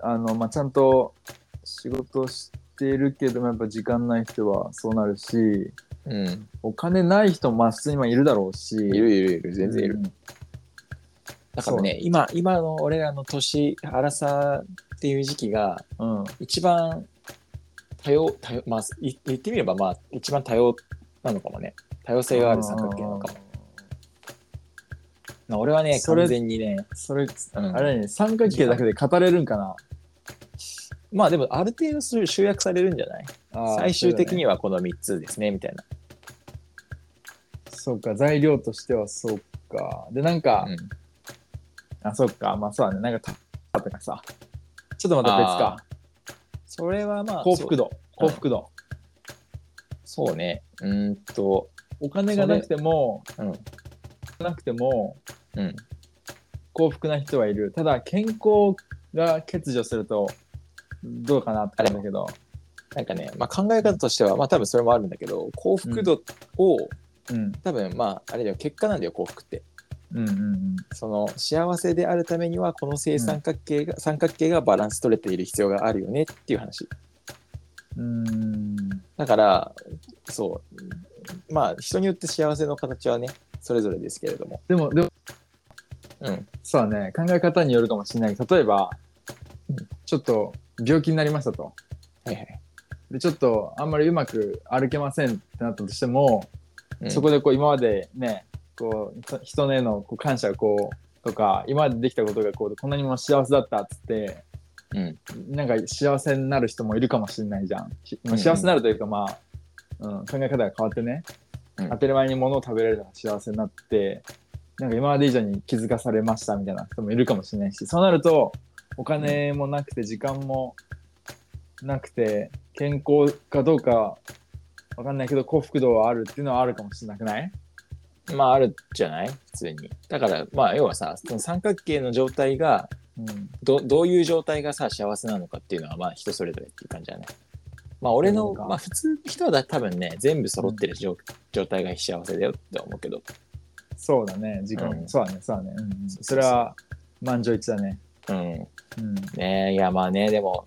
Speaker 1: あのまあ、ちゃんと仕事してるけどもやっぱ時間ない人はそうなるし
Speaker 2: うん、
Speaker 1: お金ない人もまあ普通に今いるだろうし
Speaker 2: いるいるいる全然いる、
Speaker 1: うん
Speaker 2: だからね今今の俺らの年荒さっていう時期が
Speaker 1: うん
Speaker 2: 一番多様多様まあい言ってみればまあ一番多様なのかもね多様性がある三角形なのかもまあ俺はね
Speaker 1: それ
Speaker 2: 完全にね、
Speaker 1: それ
Speaker 2: うん
Speaker 1: あれね三角形だけで語れるんかな
Speaker 2: まあでもある程度集集約されるんじゃない
Speaker 1: あー
Speaker 2: 最終的にはこの3つですねみたいな、
Speaker 1: そうか材料としてはそうかでなんか、
Speaker 2: うん
Speaker 1: あ、そっか。まあそうだね。なんか、たとかさ。ちょっとまた別か。
Speaker 2: それはまあ
Speaker 1: 幸福
Speaker 2: 度
Speaker 1: 度。幸福度。
Speaker 2: そうそうねうーんと
Speaker 1: お金がなくても、
Speaker 2: うん
Speaker 1: なくても
Speaker 2: うん
Speaker 1: 幸福な人はいる。ただ、健康が欠如すると、どうかなって思うんだけど。
Speaker 2: なんかね、まあ、考え方としてはまあ多分それもあるんだけど幸福度を、
Speaker 1: うん。
Speaker 2: 多分まああれだよ結果なんだよ幸福って
Speaker 1: うんうんうん。
Speaker 2: その幸せであるためにはこの正三角形が、三角形がバランス取れている必要があるよねっていう話
Speaker 1: うーん。
Speaker 2: だからそうまあ人によって幸せの形はねそれぞれですけれども
Speaker 1: でも、でも、
Speaker 2: うん
Speaker 1: そうだね。考え方によるかもしれないけど、例えば
Speaker 2: うん、
Speaker 1: ちょっと病気になりましたと。
Speaker 2: はいはい、
Speaker 1: で、ちょっとあんまりうまく歩けませんってなったとしても、
Speaker 2: うん
Speaker 1: そこでこう今までねこう人人へのこう感謝こうとか今までできたことがこうこんなにも幸せだったっつって
Speaker 2: うん
Speaker 1: なんか幸せになる人もいるかもしれないじゃん。し
Speaker 2: んうん
Speaker 1: 幸せになるというかまあ、うん、考え方が変わってね、
Speaker 2: うん
Speaker 1: 当たり前に物を食べられるのが幸せになってなんか今まで以上に気づかされましたみたいな人もいるかもしれないしそうなるとお金もなくて時間もなくて健康かどうかわかんないけど幸福度はあるっていうのはあるかもしれなくない
Speaker 2: まああるじゃない普通にだからまあ要はさその三角形の状態が
Speaker 1: うん
Speaker 2: どどういう状態がさ幸せなのかっていうのはまあ人それぞれっていう感じだね。まあ俺
Speaker 1: そ
Speaker 2: の、
Speaker 1: うか
Speaker 2: まあ普通の人はだ多分ね、全部揃ってる状,、状態が幸せだよって思うけど、
Speaker 1: そうだね、時間、
Speaker 2: うん
Speaker 1: そうだね、そうだね。うんうん、
Speaker 2: そうそうそう
Speaker 1: それは満場一致だね。
Speaker 2: うん。
Speaker 1: うん、
Speaker 2: ねいや、まあね、でも、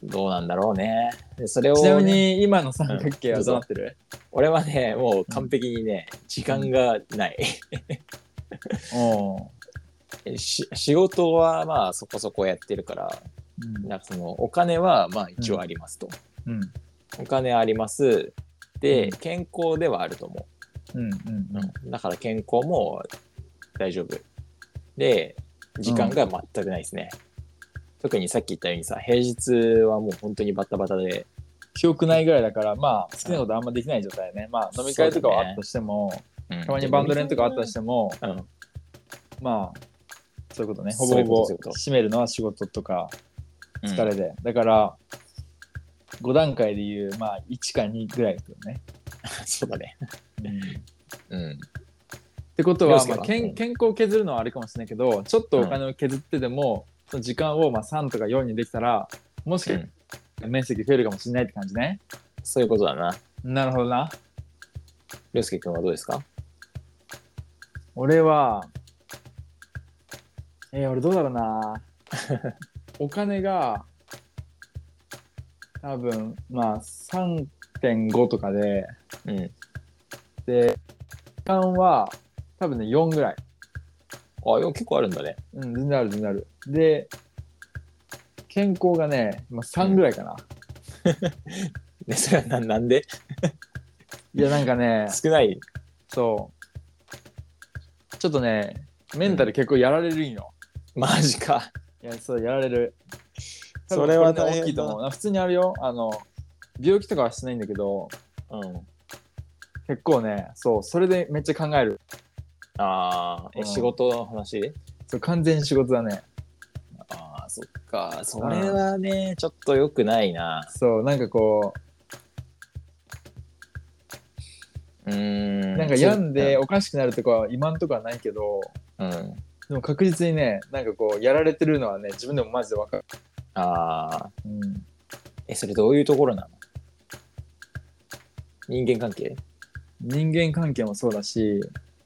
Speaker 2: どうなんだろうね。でそれを、
Speaker 1: ちなみに、今の三角形
Speaker 2: う
Speaker 1: は
Speaker 2: ん
Speaker 1: どうなってる、
Speaker 2: 俺はね、もう完璧にね、時間がない。
Speaker 1: おう
Speaker 2: し仕事はまあそこそこやってるから、
Speaker 1: うん
Speaker 2: なんかそのお金はまあ一応ありますと。
Speaker 1: うん
Speaker 2: お金あります。
Speaker 1: う
Speaker 2: で
Speaker 1: ん、
Speaker 2: 健康ではあると思
Speaker 1: うんうんうん
Speaker 2: う。だから健康も大丈夫。で、時間が全くないですね。特にさっき言ったようにさ、平日はもう本当にバタバタで、
Speaker 1: 記憶ないぐらいだから、まあ、好きなことあんまできない状態ね。まあ、飲み会とかはあったとしても、たまにバンド
Speaker 2: で。
Speaker 1: 連とかあったとしても、
Speaker 2: うん、
Speaker 1: まあ、そういうことね。ほぼ
Speaker 2: そうい
Speaker 1: ほ
Speaker 2: うこと
Speaker 1: ぼ
Speaker 2: そういうこと
Speaker 1: 締めるのは仕事とか、疲
Speaker 2: う
Speaker 1: れ
Speaker 2: ん
Speaker 1: で。だから、5段階でいう、まあ、1か2ぐらいだよね。
Speaker 2: そうだね。
Speaker 1: うん
Speaker 2: うん。
Speaker 1: ってこと
Speaker 2: 凌
Speaker 1: は、
Speaker 2: 介
Speaker 1: ま
Speaker 2: は
Speaker 1: あ、健健康を削るのはあれかもしれないけどちょっとお金を削ってでも、その時間をまあ3とか4にできたらもしかしたら面積増えるかもしれないって感じね。
Speaker 2: そういうことだな。
Speaker 1: なるほどな。
Speaker 2: りょうすけくんはどうですか
Speaker 1: 俺はえー、俺どうだろうな お金が多分まあ3.5とかで
Speaker 2: うん。
Speaker 1: で時間は多分ね4ぐらい。
Speaker 2: あ、よ結構あるんだね。
Speaker 1: うん、全然ある、全然ある。で、健康がね、まあ、3ぐらいかな。
Speaker 2: ね、それはななんで
Speaker 1: いや、なんかね、
Speaker 2: 少ない。
Speaker 1: そう。ちょっとね、メンタル結構やられるんよ。
Speaker 2: マジか。
Speaker 1: いや、そう、やられる。多分
Speaker 2: それは
Speaker 1: こね
Speaker 2: 大変だ
Speaker 1: 大きいと思う。普通にあるよ。あの、病気とかはしてないんだけど、
Speaker 2: うん。
Speaker 1: 結構ね、そう、それでめっちゃ考える。
Speaker 2: ああ、え
Speaker 1: うん
Speaker 2: 仕事の話
Speaker 1: そう、完全に仕事だね。
Speaker 2: ああ、そっか。それはね、ちょっと良くないな。
Speaker 1: そう、なんかこ
Speaker 2: うー
Speaker 1: う、
Speaker 2: ん。
Speaker 1: なんか病んでおかしくなるとかは今んとこはないけど、
Speaker 2: そう。うん。
Speaker 1: でも確実にね、なんかこう、やられてるのはね、自分でもマジでわかる。
Speaker 2: ああ。
Speaker 1: うん
Speaker 2: え、それどういうところなの人間関係
Speaker 1: 人間関係もそうだし、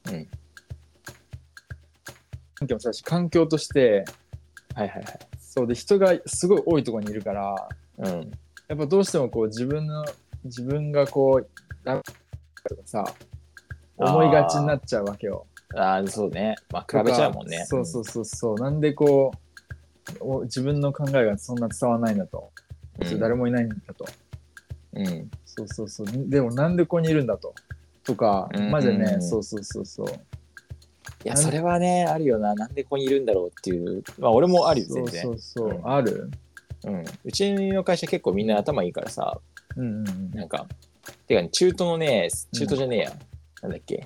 Speaker 2: うん
Speaker 1: 関係もそうだし環境として
Speaker 2: はいはいはい。
Speaker 1: そうで人がすごい多いところにいるから
Speaker 2: うん。
Speaker 1: やっぱどうしてもこう自分の自分がこうダメとかさ思いがちになっちゃうわけよ。
Speaker 2: ああ、そうね。まあ、比べちゃうもんね。
Speaker 1: そうそうそうそうなんでこうお自分の考えがそんな伝わらないんだと、
Speaker 2: うん。
Speaker 1: 誰もいないんだと
Speaker 2: うん。
Speaker 1: そうそうそうでもなんでここにいるんだととか、
Speaker 2: うん
Speaker 1: マジでね、
Speaker 2: うん
Speaker 1: そうそうそうそう
Speaker 2: いや、
Speaker 1: なん
Speaker 2: それはね、あるよな。なんでここにいるんだろうっていう。まあ、俺もあるよ、
Speaker 1: そ
Speaker 2: 全
Speaker 1: う
Speaker 2: 然。
Speaker 1: そうそう、
Speaker 2: うん
Speaker 1: ある
Speaker 2: うん。うちの会社結構みんな頭いいからさ、
Speaker 1: うんうんうん
Speaker 2: なんか、てかね、中途のね、中途じゃねえや。なんだっけ。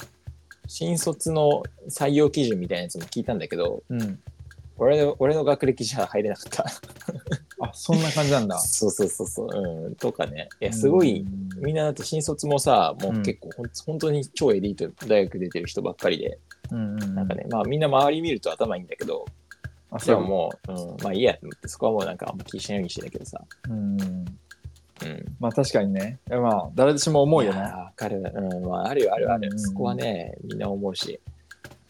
Speaker 2: 新卒の採用基準みたいなやつも聞いたんだけど、
Speaker 1: うん。
Speaker 2: 俺の俺の学歴じゃ入れなかっ
Speaker 1: あ、そんな感じなん
Speaker 2: た。
Speaker 1: だ。
Speaker 2: そうそうそうそう。うん。とかね。いや、すごい、みんなだって新卒もさ、もう結構ほん、本当に超エリート大学出てる人ばっかりで、
Speaker 1: うん。うん。
Speaker 2: な
Speaker 1: なん
Speaker 2: か。ね、まあみんな周り見ると頭いいんだけど、
Speaker 1: あ、
Speaker 2: で
Speaker 1: そう
Speaker 2: ももう、うん、まあいいやと思って、そこはもうなんかあんま気にしないようにしてたけどさ。
Speaker 1: うんうん。
Speaker 2: うん。
Speaker 1: まあ確かにね。いやまあ、誰しも思うよ
Speaker 2: いや
Speaker 1: ね
Speaker 2: ー。わかる。うん、まああるよあるよある、
Speaker 1: うん
Speaker 2: そこはね、みんな思うし。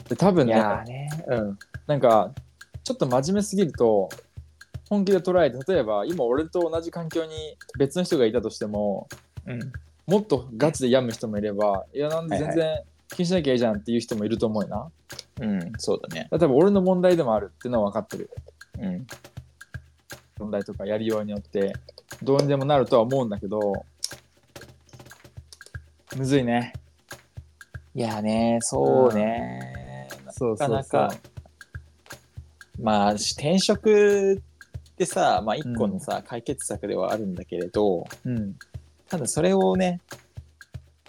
Speaker 1: で多分
Speaker 2: い
Speaker 1: ね、
Speaker 2: やーね、うん。
Speaker 1: なんか、ちょっと真面目すぎると、本気で捉えて、例えば今俺と同じ環境に別の人がいたとしても、
Speaker 2: うん、
Speaker 1: もっとガチで病む人もいれば、いや、なんで全然気にしなきゃいいじゃんっていう人もいると思うよな。
Speaker 2: うん、そうだね。
Speaker 1: だから多分俺の問題でもあるっていうのは分かってる。
Speaker 2: うん。
Speaker 1: 問題とかやりようによって、どうにでもなるとは思うんだけど、むずいね。
Speaker 2: いやーね、そうね。
Speaker 1: そう
Speaker 2: なかなかまあ、し転職ってさ、まあ一個のさ、解決策ではあるんだけれど、
Speaker 1: うん、
Speaker 2: ただそれをね、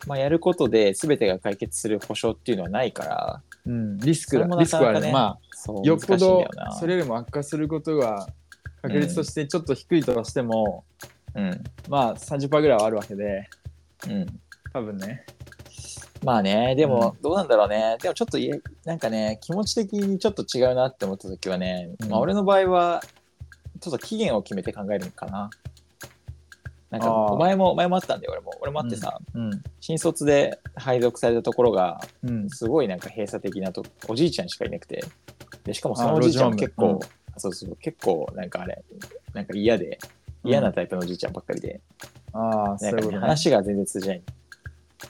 Speaker 2: まあやることで全てが解決する保証っていうのはないから、
Speaker 1: うん、リスクだ、
Speaker 2: それも
Speaker 1: リ
Speaker 2: な
Speaker 1: スク
Speaker 2: かな
Speaker 1: は
Speaker 2: かね
Speaker 1: あるま
Speaker 2: そ
Speaker 1: あ
Speaker 2: う、
Speaker 1: よ
Speaker 2: 難
Speaker 1: っ
Speaker 2: しい
Speaker 1: ぽ
Speaker 2: んだ
Speaker 1: ど
Speaker 2: よな。
Speaker 1: それよりも悪化することが確率としてちょっと低いとはしても、
Speaker 2: うん。
Speaker 1: まあ30%ぐらいはあるわけで
Speaker 2: うん。
Speaker 1: 多分ね
Speaker 2: まあね、でもどうなんだろうね。でもちょっといえ、なんかね、気持ち的にちょっと違うなって思った時はね、
Speaker 1: うん
Speaker 2: まあ俺の場合は、ちょっと期限を決めて考えるのかな。なんか
Speaker 1: あー
Speaker 2: 前も前もあったんだよ俺も俺もあってさ、
Speaker 1: うん。
Speaker 2: 新卒で配属されたところが
Speaker 1: うん。
Speaker 2: すごいなんか閉鎖的なとおじいちゃんしかいなくてでしかもそ
Speaker 1: あ
Speaker 2: のおじいちゃんも結
Speaker 1: 路地裏
Speaker 2: 構
Speaker 1: も、
Speaker 2: そうそう結構なんかあれなんか嫌で嫌なタイプのおじいちゃんばっかりで、
Speaker 1: ああ、そう
Speaker 2: な
Speaker 1: う
Speaker 2: いん
Speaker 1: こ
Speaker 2: かね
Speaker 1: とね。
Speaker 2: 話が全然通じない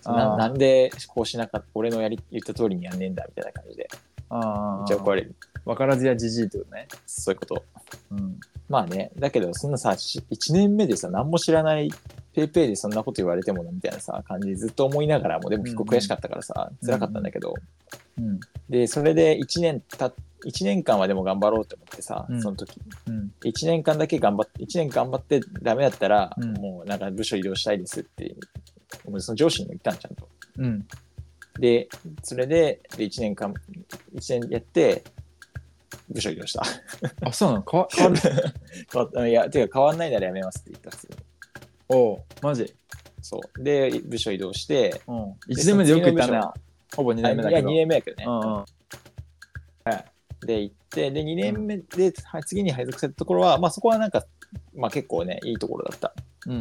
Speaker 1: あ
Speaker 2: な
Speaker 1: ー
Speaker 2: なんでこうしなかった俺のやり言った通りにやんねえんだみたいな感じで
Speaker 1: あ
Speaker 2: め
Speaker 1: あ。
Speaker 2: っちゃ怒られる
Speaker 1: わからずやじじいってことね。
Speaker 2: そういうこと
Speaker 1: うん。
Speaker 2: まあねだけどそんなさ1年目でさ何も知らないペイペイでそんなこと言われてもなみたいなさ感じずっと思いながらもでも結構悔しかったからさ、
Speaker 1: うん
Speaker 2: 辛かったんだけど、
Speaker 1: うん。
Speaker 2: でそれで1年た一年間はでも頑張ろうと思ってさ、
Speaker 1: うん
Speaker 2: その時
Speaker 1: うん。
Speaker 2: 1年間だけ頑張って1年頑張ってダメだったら、
Speaker 1: うん
Speaker 2: もうなんか部署移動したいですってもうその上司にも言ったんちゃんと
Speaker 1: うん。
Speaker 2: でそれでで1年間1年やって部署移動した
Speaker 1: あ、そうなのかわ変わる。
Speaker 2: 変わ ったいやていうか変わんないならやめますって言ったんですよ
Speaker 1: おうマジ。
Speaker 2: そうで部署移動して
Speaker 1: うん。1年目でよく行ったな。ほぼ2
Speaker 2: 2
Speaker 1: 年目だけど。
Speaker 2: いや2年目やけどね、
Speaker 1: うんうん。
Speaker 2: で行ってで2年目では次に配属されたところは、まあ、そこはなんか、まあ、結構ねいいところだった
Speaker 1: うんう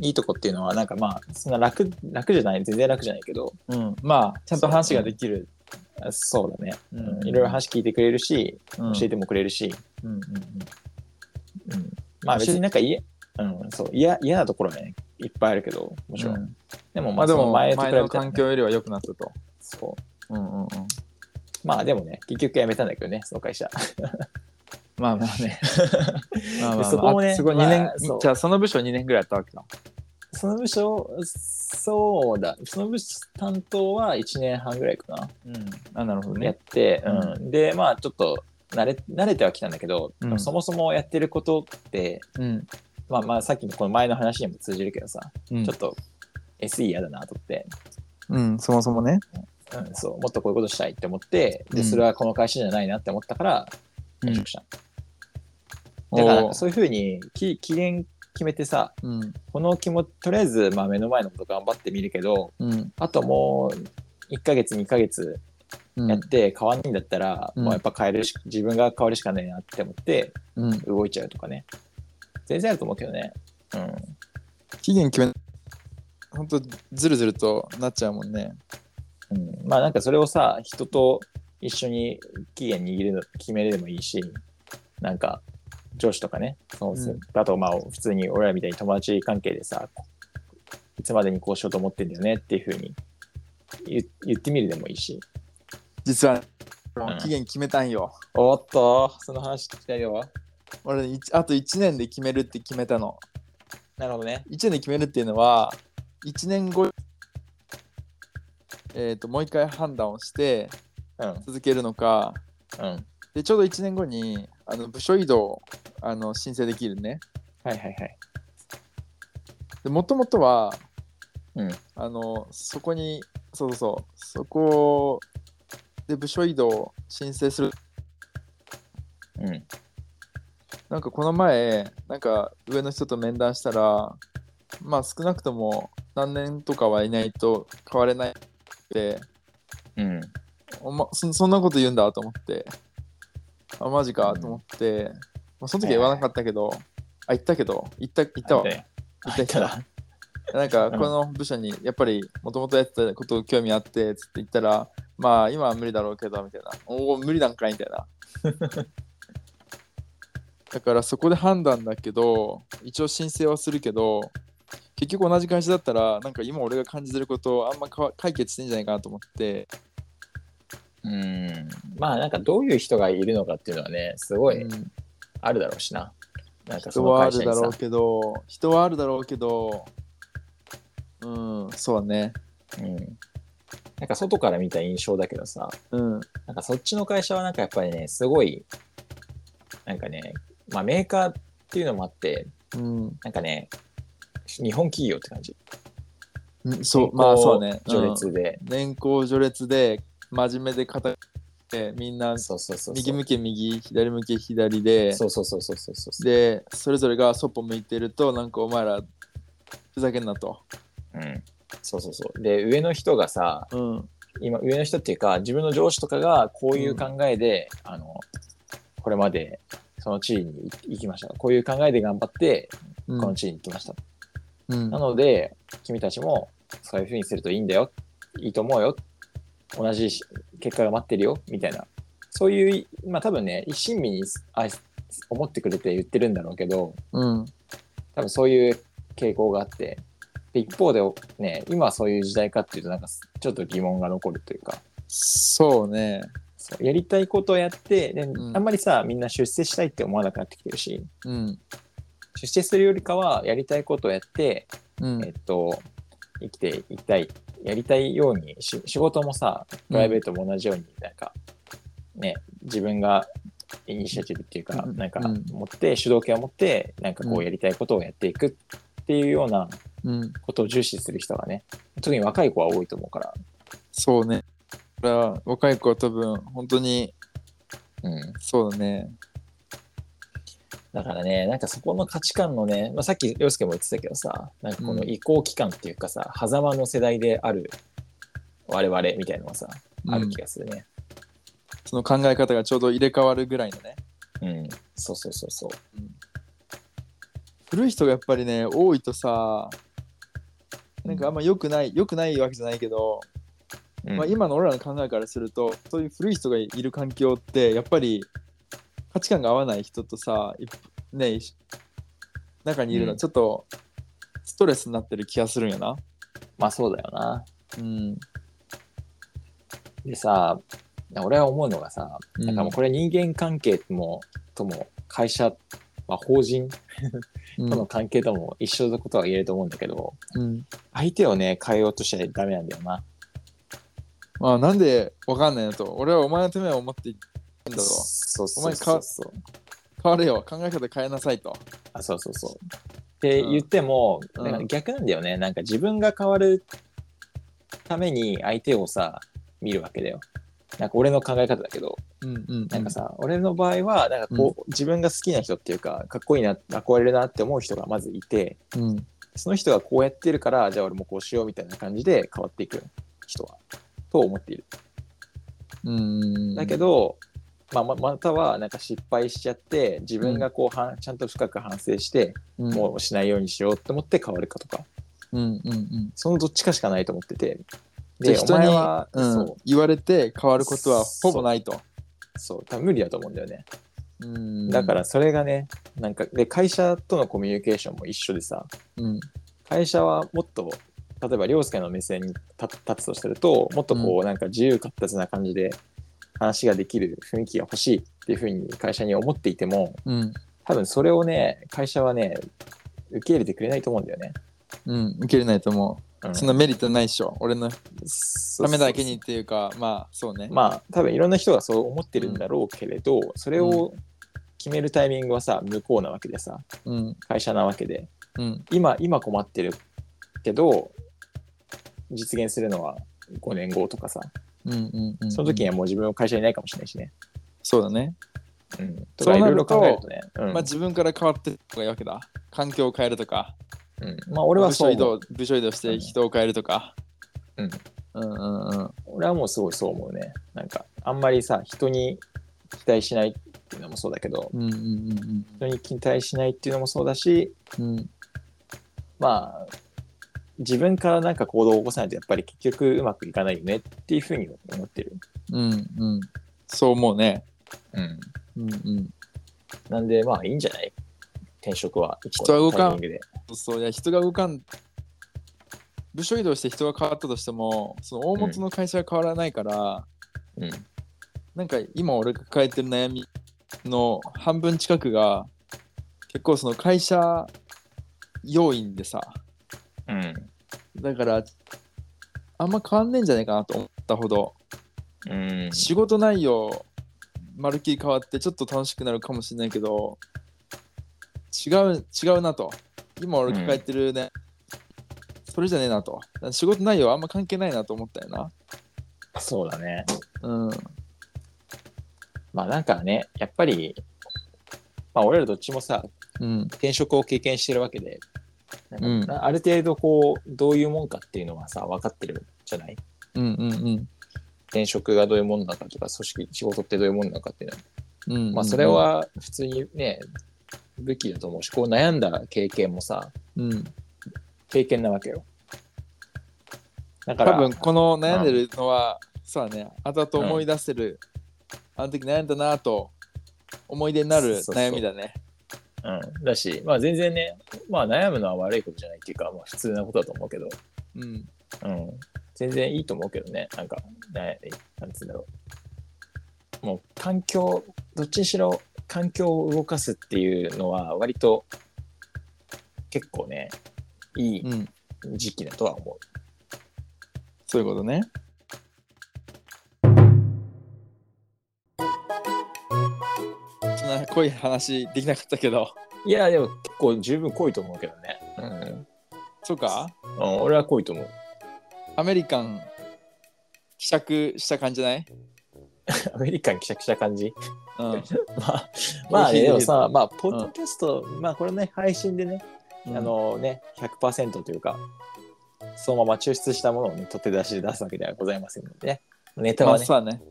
Speaker 1: ん
Speaker 2: いいとこっていうのはなんかまあそんな楽楽じゃない全然楽じゃないけど
Speaker 1: うん。うん。まあ、ちゃんと話ができる。
Speaker 2: あそうだね、
Speaker 1: う
Speaker 2: うんいろいろ話聞いてくれるし、
Speaker 1: 教
Speaker 2: 教え。てもくれるし、
Speaker 1: うんうん
Speaker 2: うんまあ別になんか家、うん、そう嫌嫌なところはねいっぱいあるけどもち
Speaker 1: う
Speaker 2: ろ
Speaker 1: ん
Speaker 2: ん、
Speaker 1: うん。
Speaker 2: でもま
Speaker 1: ま
Speaker 2: あ
Speaker 1: あで
Speaker 2: その
Speaker 1: も、
Speaker 2: 前
Speaker 1: 前
Speaker 2: と比べたら
Speaker 1: の環境よりは良くなったと。
Speaker 2: そう
Speaker 1: うんうんうん。
Speaker 2: まあでもね結局辞めたんだけどねその会社
Speaker 1: まあまあね。 まあまあまあ
Speaker 2: そこもね
Speaker 1: あすごい
Speaker 2: まあ
Speaker 1: 二年
Speaker 2: そう、
Speaker 1: じゃあその部署2年ぐらいやったわけだ。
Speaker 2: その部署そうだその部署担当は1年半ぐらいかな
Speaker 1: うん。あ、なるほど
Speaker 2: やっ
Speaker 1: ね。
Speaker 2: て、う
Speaker 1: うん
Speaker 2: んでまあちょっと慣れ慣れてはきたんだけど、
Speaker 1: うん
Speaker 2: そもそもやってることって、
Speaker 1: うん。
Speaker 2: まあ、まあさっきのこの前の話にも通じるけどさ、
Speaker 1: うん
Speaker 2: ちょっと SE 嫌だなと思って、
Speaker 1: うん、そもそもね。
Speaker 2: うん、そうもっとこういうことしたいって思って
Speaker 1: う
Speaker 2: で
Speaker 1: ん
Speaker 2: それはこの会社じゃないなって思ったから
Speaker 1: うん
Speaker 2: 退職した、だからなんかそういうふうにき期限決めてさ
Speaker 1: うん。
Speaker 2: この気もとりあえずまあ目の前のこと頑張ってみるけど
Speaker 1: うん。
Speaker 2: あともう1ヶ月2ヶ月
Speaker 1: うん
Speaker 2: やって変わんないんだったら、
Speaker 1: うん
Speaker 2: もうやっぱ変えるし自分が変わるしかないなって思って
Speaker 1: うん。
Speaker 2: 動いちゃうとかね全然あると思うけどねうん
Speaker 1: 期限決め、ほんと、ずるずるとなっちゃうもんね。
Speaker 2: うん、まあなんかそれをさ人と一緒に期限握るの決めれでもいいしなんか上司とかねそう、
Speaker 1: うん
Speaker 2: あとまあ普通に俺らみたいに友達関係でさいつまでにこうしようと思ってんだよねっていうふうに言言ってみるでもいいし
Speaker 1: 実は
Speaker 2: ん、
Speaker 1: 期限決めたんよ。
Speaker 2: おっとその話聞きたいよ
Speaker 1: 俺、いちあと1年で決めるって決めたの。
Speaker 2: なるほどね
Speaker 1: 1年で決めるっていうのは、1年後、えっと、もう一回判断をして
Speaker 2: うん
Speaker 1: 続けるのか、
Speaker 2: うんはい
Speaker 1: でちょうど1年後にあの部署移動をあの申請できるね。
Speaker 2: はいはい
Speaker 1: でもともとは、
Speaker 2: うん
Speaker 1: あのそこにそうそうそうそこで部署移動を申請する
Speaker 2: うん
Speaker 1: なんかこの前なんか上の人と面談したらまあ少なくとも何年とかはいないと変われないって
Speaker 2: うん
Speaker 1: おまそそんなこと言うんだと思ってあマジかと思って、まあ、その時は言わなかったけど、あ言ったけど言った言ったわ
Speaker 2: あね
Speaker 1: 言った言った
Speaker 2: ただ
Speaker 1: なんか
Speaker 2: うん
Speaker 1: この部署にやっぱりもともとやってたこと興味あってつって言ったらまあ今は無理だろうけどみたいなおお無理なんかいみたい なだからそこで判断だけど一応申請はするけど結局同じ会社だったらなんか今俺が感じてることをあんまかわ解決してんじゃないかなと思って
Speaker 2: うんまあなんかどういう人がいるのかっていうのはねすごい
Speaker 1: うん
Speaker 2: あるだろうしな、なんか
Speaker 1: 人
Speaker 2: その
Speaker 1: はあ
Speaker 2: 会社
Speaker 1: る
Speaker 2: に
Speaker 1: だ
Speaker 2: さ
Speaker 1: ろうけど人はあるだろうけどうんそうだね
Speaker 2: うんなんか外から見た印象だけどさ、
Speaker 1: うん
Speaker 2: なんかそっちの会社はなんかやっぱりね、すごい、なんかね、まあメーカーっていうのもあって、
Speaker 1: うん
Speaker 2: なんかね、日本企業って感じ。
Speaker 1: うんそうまあそうだね
Speaker 2: 序
Speaker 1: うん
Speaker 2: 列で。
Speaker 1: 年功序列で真面目で固くてみんな
Speaker 2: そうそうそうそう。
Speaker 1: 右向け右左向け左で
Speaker 2: そうそうそうそうそうそう。
Speaker 1: でそれぞれがそっぽ向いてるとなんかお前らふざけんなと
Speaker 2: うん。そうそうそう。で、上の人がさ、
Speaker 1: うん
Speaker 2: 今、上の人っていうか、自分の上司とかがこういう考えで、あの、これまでその地位に行きました。こういう考えで頑張って、
Speaker 1: う
Speaker 2: こ
Speaker 1: ん
Speaker 2: の地位に行きました。
Speaker 1: うん
Speaker 2: なので、君たちもそういうふうにするといいんだよ。いいと思うよ。同じし結果が待ってるよ。みたいな。そういう、まあ多分ね、一心身にあ思ってくれて言ってるんだろうけど、
Speaker 1: うん
Speaker 2: 多分そういう傾向があって。で、一方で、ね、今そういう時代かっていうと、なんかちょっと疑問が残るというか、
Speaker 1: そうね
Speaker 2: そうやりたいことをやって、で
Speaker 1: ん
Speaker 2: あんまりさ、みんな出世したいって思わなくなってきてるし、
Speaker 1: うん
Speaker 2: 出世するよりかは、やりたいことをやって、
Speaker 1: うん
Speaker 2: えっと、生きていきたい、やりたいように、し仕事もさ、プライベートも同じように、なんか、ね、自分がイニシアチブっていうか、
Speaker 1: うん
Speaker 2: なんか
Speaker 1: うん、
Speaker 2: 持って、主導権を持って、なんかこ
Speaker 1: う
Speaker 2: うんやりたいことをやっていくっていうような
Speaker 1: うん
Speaker 2: ことを重視する人がね、特に若い子は多いと思うから、
Speaker 1: そうねだから若い子は多分本当に
Speaker 2: うん。
Speaker 1: そうだね
Speaker 2: だからね、なんかそこの価値観のね、まあ、さっき洋介も言ってたけどさ、なんかこの
Speaker 1: うん
Speaker 2: 移行期間っていうかさ、狭間の世代である我々みたいなのがさ、ある気がするね。
Speaker 1: その考え方がちょうど入れ替わるぐらいのね
Speaker 2: うん、そうそうそうそう。
Speaker 1: 古い人がやっぱりね多いとさなんかあんま良くない良くないわけじゃないけど、
Speaker 2: うん
Speaker 1: まあ、今の俺らの考えからするとそういう古い人がいる環境ってやっぱり価値観が合わない人とさいねいし中にいるのは
Speaker 2: うん
Speaker 1: ちょっとストレスになってる気がするんやな。
Speaker 2: まあそうだよな。
Speaker 1: うん。
Speaker 2: でさ、俺は思うのがさ、なんかもうこれ人間関係も、とも、会社、まあ、法人
Speaker 1: うん
Speaker 2: との関係とも一緒のことは言えると思うんだけど、
Speaker 1: うん
Speaker 2: 相手をね、変えようとしちゃダメなんだよな。
Speaker 1: まあなんでわかんないのと俺はお前のためを思っていってんだろ
Speaker 2: そうそう
Speaker 1: お前
Speaker 2: そう
Speaker 1: か
Speaker 2: そう。
Speaker 1: 変われよ考え方変えなさいと。
Speaker 2: あ、そうそうそう。って
Speaker 1: うん
Speaker 2: 言っても、
Speaker 1: うん
Speaker 2: なんか逆なんだよね。なんか自分が変わるために相手をさ、見るわけだよ。なんか俺の考え方だけど、
Speaker 1: うんうん
Speaker 2: なんかさ、俺の場合は、なんかこう、自分が好きな人っていうか、かっこいいな、憧れるなって思う人がまずいて、
Speaker 1: うん
Speaker 2: その人がこうやってるから、じゃあ俺もこうしようみたいな感じで変わっていく人は、と思っている。
Speaker 1: うん、
Speaker 2: だけど、まあ、ままたは、なんか失敗しちゃって、自分がこう、はんちゃんと深く反省して、
Speaker 1: うん、
Speaker 2: もうしないようにしようって思って変わるかとか、
Speaker 1: うんうんうん、
Speaker 2: そのどっちかしかないと思ってて、
Speaker 1: で
Speaker 2: で、お
Speaker 1: 人に
Speaker 2: 前は、
Speaker 1: うん
Speaker 2: そう、
Speaker 1: 言われて変わることはほぼないと。
Speaker 2: そう、多分無理だと思うんだよね。
Speaker 1: うん
Speaker 2: だか、らそれがね、なんか、で、会社とのコミュニケーションも一緒でさ、
Speaker 1: うん
Speaker 2: 会社はもっと例えば凌介の目線に立立つとするともっとこうなんか自由活発な感じで話ができる雰囲気が欲しいっていうふうに会社に思っていても
Speaker 1: うん
Speaker 2: 多分それをね会社はね受け入れてくれないと思うんだよね。
Speaker 1: うん、受け入れないと思
Speaker 2: う
Speaker 1: う。
Speaker 2: ん、
Speaker 1: そんなメリットないっしょ。俺の
Speaker 2: た
Speaker 1: ためだけにっていうか、まあそうね。
Speaker 2: まあ多分いろんな人がそう思ってるんだろうけれど、それを決めるタイミングはさ向こうなわけでさ
Speaker 1: うん
Speaker 2: 会社なわけで
Speaker 1: うん
Speaker 2: 今今困ってるけど実現するのは5年後とかさ
Speaker 1: うんうんうん。
Speaker 2: その時にはもう自分は会社にいないかもしれないしね。
Speaker 1: そうだね。
Speaker 2: うん、
Speaker 1: そ
Speaker 2: とか
Speaker 1: う
Speaker 2: い
Speaker 1: な
Speaker 2: ろいろ
Speaker 1: ると
Speaker 2: 考えるとね。うん
Speaker 1: まあ自分から変わってる方がいいわけだ。環境を変えるとか、
Speaker 2: うんまあ俺は
Speaker 1: 部
Speaker 2: そう
Speaker 1: 署移
Speaker 2: 思う
Speaker 1: 動、部署移動して人を変えるとか。
Speaker 2: うん
Speaker 1: うんうんうん。
Speaker 2: 俺はもうすごいそう思うね。なんかあんまりさ人に期待しないっていうのもそうだけど
Speaker 1: うんうんうん
Speaker 2: 人に期待しないっていうのもそうだし
Speaker 1: うん。うん
Speaker 2: まあ自分からなんか行動を起こさないとやっぱり結局うまくいかないよねっていうふうに思ってる。
Speaker 1: うんうん。そう思うね。
Speaker 2: うん、
Speaker 1: うんうん。
Speaker 2: なんでまあいいんじゃない転職は一個
Speaker 1: 人は動かん
Speaker 2: タイミングで。
Speaker 1: そうそういや人が動かん部署移動して人が変わったとしてもその大元の会社は変わらないから、
Speaker 2: うん
Speaker 1: なんか今俺が抱えてる悩みの半分近くが結構その会社要因でさ
Speaker 2: うん
Speaker 1: だからあんま変わんねえんじゃないかなと思ったほど
Speaker 2: うん
Speaker 1: 仕事内容まるっきり変わってちょっと楽しくなるかもしれないけど違う違うなと今俺抱えてるね、それじゃねえなとだから仕事内容はあんま関係ないなと思ったよな
Speaker 2: そうだね。
Speaker 1: うん
Speaker 2: まあなんかねやっぱり、まあ、俺らどっちもさ
Speaker 1: うん
Speaker 2: 転職を経験してるわけで、なんか
Speaker 1: うん
Speaker 2: なある程度こう、どういうもんかっていうのはさ、分かってるじゃない
Speaker 1: うんうん
Speaker 2: 転職がどういうもんなのかとか、組織、仕事ってどういうもんなのかっていうのは、
Speaker 1: うんうん
Speaker 2: まあそれは普通にね、武器だと思うし、こう悩んだ経験もさ、
Speaker 1: うん
Speaker 3: 経験なわけよ。だか
Speaker 1: 多
Speaker 3: ら、
Speaker 1: 分この悩んでるのは、そうだねあざと思い出せる、あの時悩んだなと思い出になる
Speaker 3: そうそう
Speaker 1: 悩みだね
Speaker 2: うん、だし、まあ全然ね、まあ悩むのは悪いことじゃないっていうか、まあ普通なことだと思うけど、
Speaker 1: うん
Speaker 2: うん、全然いいと思うけどね、なんか、ね、なんつうんだろう。もう環境、どっちにしろ環境を動かすっていうのは割と結構ね、いい
Speaker 1: うん
Speaker 2: 時期だとは思う。
Speaker 1: そういうことねそんな濃い話できなかったけど
Speaker 2: いや、でも結構十分濃いと思うけどね。
Speaker 1: そうか
Speaker 2: うん、うん、俺は濃いと思う。
Speaker 1: アメリカン希釈した感じじゃない、
Speaker 2: アメリカン希釈した感じ
Speaker 1: うん、
Speaker 2: まあ、まあね、でもさ、まあ、ポッ
Speaker 1: う
Speaker 2: ドキャスト、まあこれね、配信でね、
Speaker 1: うん
Speaker 2: あのね、100%というか、そのまま抽出したものをね、取って出しで出すわけではございませんのでね、ネタ
Speaker 1: まあ
Speaker 2: はね、
Speaker 1: そうだね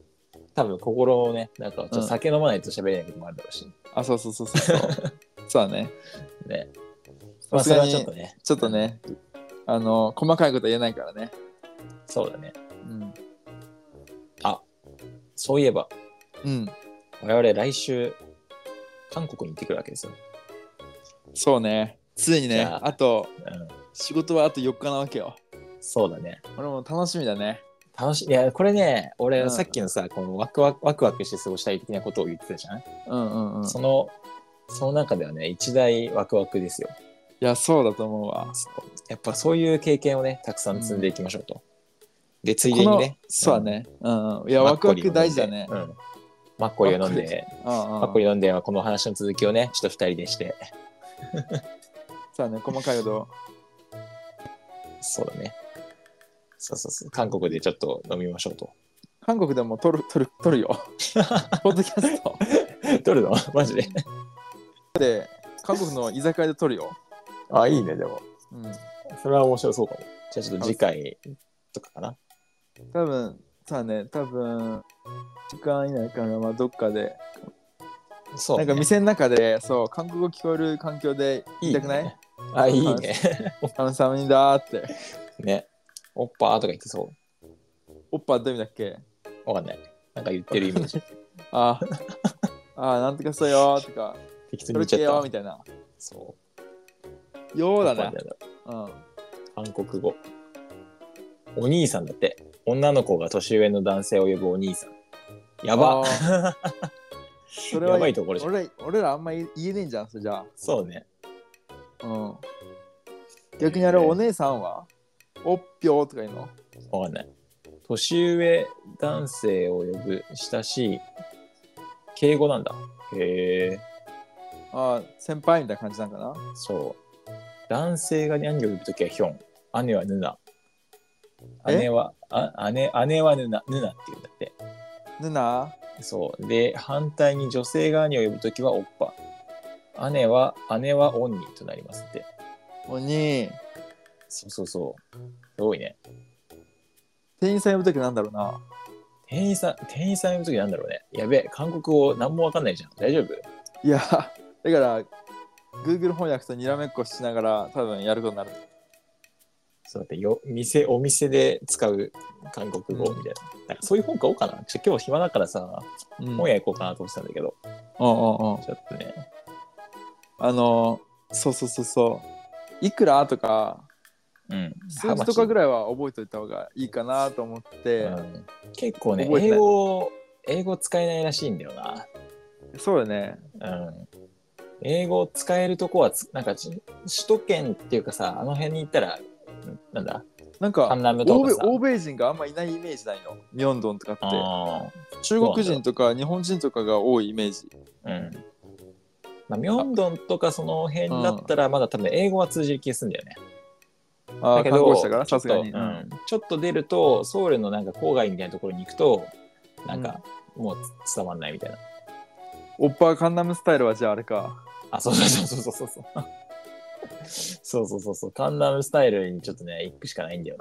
Speaker 2: 多分心をね、なんかちょっ
Speaker 1: う
Speaker 2: と
Speaker 1: ん
Speaker 2: 酒飲まないと喋れないこともあるだろうし、
Speaker 1: あそうそうそうそうそう そうだね
Speaker 2: ね。ま
Speaker 1: さす
Speaker 2: あそ
Speaker 1: が
Speaker 2: れは
Speaker 1: に
Speaker 2: ちょっとね、
Speaker 1: ちょっとねあの細かいことは言えないからね
Speaker 2: そうだね。
Speaker 1: うん
Speaker 2: そういえば、
Speaker 1: うん
Speaker 2: 我々来週、韓国に行ってくるわけですよ。
Speaker 1: そうねついに
Speaker 2: じ
Speaker 1: ね
Speaker 2: ゃあ
Speaker 1: あと
Speaker 2: うん、
Speaker 1: 仕事はあと4日なわけよ
Speaker 2: そうだね。
Speaker 1: 俺も楽しみだね
Speaker 2: 楽しい。いや、これね、俺、
Speaker 1: うん
Speaker 2: さっきのさ、このワクワクワクワクして過ごしたい的なことを言ってたじゃん。
Speaker 1: うんうんうんい
Speaker 2: その、その中ではね、一大ワクワクですよ。
Speaker 1: やそうだと思うわ
Speaker 2: そうやっぱそういう経験をね、たくさん積んでいきましょうと。で、つい
Speaker 1: こ
Speaker 2: でに
Speaker 1: の
Speaker 2: ね、
Speaker 1: そうだねうんうんい
Speaker 2: い
Speaker 1: やワクワク大事だね
Speaker 2: うん。マッコリを飲ん
Speaker 1: マッコ
Speaker 2: で、
Speaker 1: うんうん
Speaker 2: マッコリ飲んではこの話の続きをね、ちょっと二人でして、
Speaker 1: そうだね細かいこと
Speaker 2: そうだね。そうそうそう、韓国でちょっと飲みましょうと。
Speaker 1: 韓国でも撮る 撮る撮るよポッドキャス ト
Speaker 2: どれだマジで。
Speaker 1: で韓国の居酒屋で撮るよ
Speaker 3: あ、いいね、でも。
Speaker 1: うん
Speaker 2: それは面白そうかも。じゃあちょっと次回とかかな。
Speaker 1: 多分さあね多分時間以内からまあどっかで
Speaker 2: そう、
Speaker 1: なんか店の中でそう韓国語聞こえる環境で言いたく ない
Speaker 2: いいねあ、いいね。
Speaker 1: カムサムニだーって
Speaker 2: ね。おっぱーとか言ってそ
Speaker 1: おっぱどういう意味だっけ
Speaker 2: う。わかんない。なんか言ってるイ メージ。
Speaker 1: あーあーなんとかそうよーとか
Speaker 2: 適当
Speaker 1: それ
Speaker 2: に言っち
Speaker 1: 系
Speaker 2: ゃ
Speaker 1: よ
Speaker 2: っ
Speaker 1: み
Speaker 2: た。
Speaker 1: たいな
Speaker 2: そ
Speaker 1: よ
Speaker 2: う。
Speaker 1: うだ
Speaker 2: わ
Speaker 1: な
Speaker 2: かんない
Speaker 1: うん
Speaker 2: 韓国語。お兄さんだって。女の子が年上の男性を呼ぶお兄さん。やば
Speaker 1: あ ーそれは
Speaker 2: やばいところじゃん。
Speaker 1: 俺俺らあんま言えねえんじゃんそれじゃ
Speaker 2: そうね。
Speaker 1: あうん逆にあれ
Speaker 2: えー
Speaker 1: お姉さんはおっぴょーとか言うの
Speaker 2: わかんない。年上男性を呼ぶ親しい敬語なんだ。へえ、
Speaker 1: あー先輩みたいな感じなんかな
Speaker 2: そう。男性がニャンギョ呼ぶときはヒョン。姉はヌナ。
Speaker 1: え
Speaker 2: 姉は、あ姉姉はヌナヌナって言うんだって。
Speaker 1: ぬな
Speaker 2: そう。で、反対に女性が兄を呼ぶときはおっぱ。姉は、姉はオンニとなりますって。
Speaker 1: おに
Speaker 2: そうそうそう。すごいね。
Speaker 1: 店員さん呼ぶときなんだろうな
Speaker 2: 店員さん、店員さん呼ぶときなんだろうね。やべえ、韓国語何もわかんないじゃん。大丈夫
Speaker 1: いやだから Google 翻訳とにらめっこしながら多分やることになる
Speaker 2: そうだってよ、店、お店で使う韓国語みたいな。なんかそういう本買おうかな。ちょ今日暇だからさ、
Speaker 1: うん
Speaker 2: 本屋行こうかなと思ってたんだけど、
Speaker 1: うんうんうん
Speaker 2: ちょっとね。
Speaker 1: あのそうそうそうそういくらとか
Speaker 2: うん。
Speaker 1: 数字とかぐ
Speaker 2: ら
Speaker 1: らいは覚えておいた方がいいかなと思って、
Speaker 2: うん、結構ね、
Speaker 1: 覚えてない
Speaker 2: 英語、英語使えないらしいんだよな。
Speaker 1: そうだね
Speaker 2: うん英語を使えるとこはつなんかち首都圏っていうかさあの辺に行ったらんなんだ
Speaker 1: なん
Speaker 2: カ
Speaker 1: か
Speaker 2: ンナムと
Speaker 1: 欧米
Speaker 2: かさ
Speaker 1: 欧米人があんまいないイメージないのミョンドンとかって
Speaker 2: あ
Speaker 1: 中国人とか日本人とかが多いイメージ
Speaker 2: ーうんまあミョンドンとかその辺だったらまだ多分英語は通じる気がするんだよね、
Speaker 1: あ
Speaker 2: だ
Speaker 1: あ
Speaker 2: け
Speaker 1: 観
Speaker 2: ど
Speaker 1: 光したから
Speaker 2: ち
Speaker 1: さ
Speaker 2: ょっ
Speaker 1: すが
Speaker 2: と、
Speaker 1: に、
Speaker 2: うんちょっと出るとソウルのなんか郊外みたいなところに行くとなんかもうつ伝わんないみたいな、
Speaker 1: オッパーカンナムスタイルはじゃああれか
Speaker 2: あそうそうそうそうそうそうそうそうそうそうカンナムスタイルにちょっとね行くしかないんだよ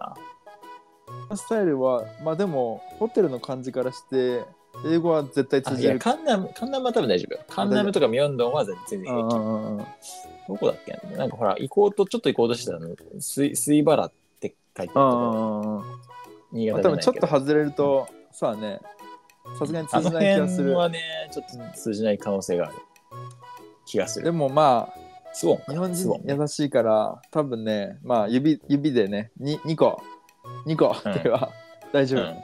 Speaker 2: な
Speaker 1: スタイルはまあでもホテルの感じからして英語は絶対
Speaker 2: あ
Speaker 1: 通
Speaker 2: い
Speaker 1: じ
Speaker 2: や
Speaker 1: る
Speaker 2: カンナム、カンナムは多分大丈夫よ。カンナムとかミョンドンは全然平
Speaker 1: うん
Speaker 2: 気。
Speaker 1: うんうんうん
Speaker 2: どこだっけなんかほら、行こうと、ちょっと行こうとしてたの、水水原って書いてあるとこ
Speaker 1: うんうんうん
Speaker 2: 新
Speaker 1: まあ多
Speaker 2: 潟じゃな
Speaker 1: 分
Speaker 2: い
Speaker 1: ちょっ
Speaker 2: け
Speaker 1: と
Speaker 2: ど。
Speaker 1: 外れると、そうだね。さすがに
Speaker 2: あ
Speaker 1: 通
Speaker 2: の
Speaker 1: じない気がす
Speaker 2: 辺
Speaker 1: る。
Speaker 2: はね、ちょっと通じない可能性がある気がす
Speaker 1: で
Speaker 2: る。
Speaker 1: もまあ、
Speaker 2: スウォンか。
Speaker 1: 日本
Speaker 2: スウォン
Speaker 1: 人優しいから、多分ね、まあ指指でね、に2個、2個
Speaker 2: うん
Speaker 1: では、大丈夫。
Speaker 2: うん。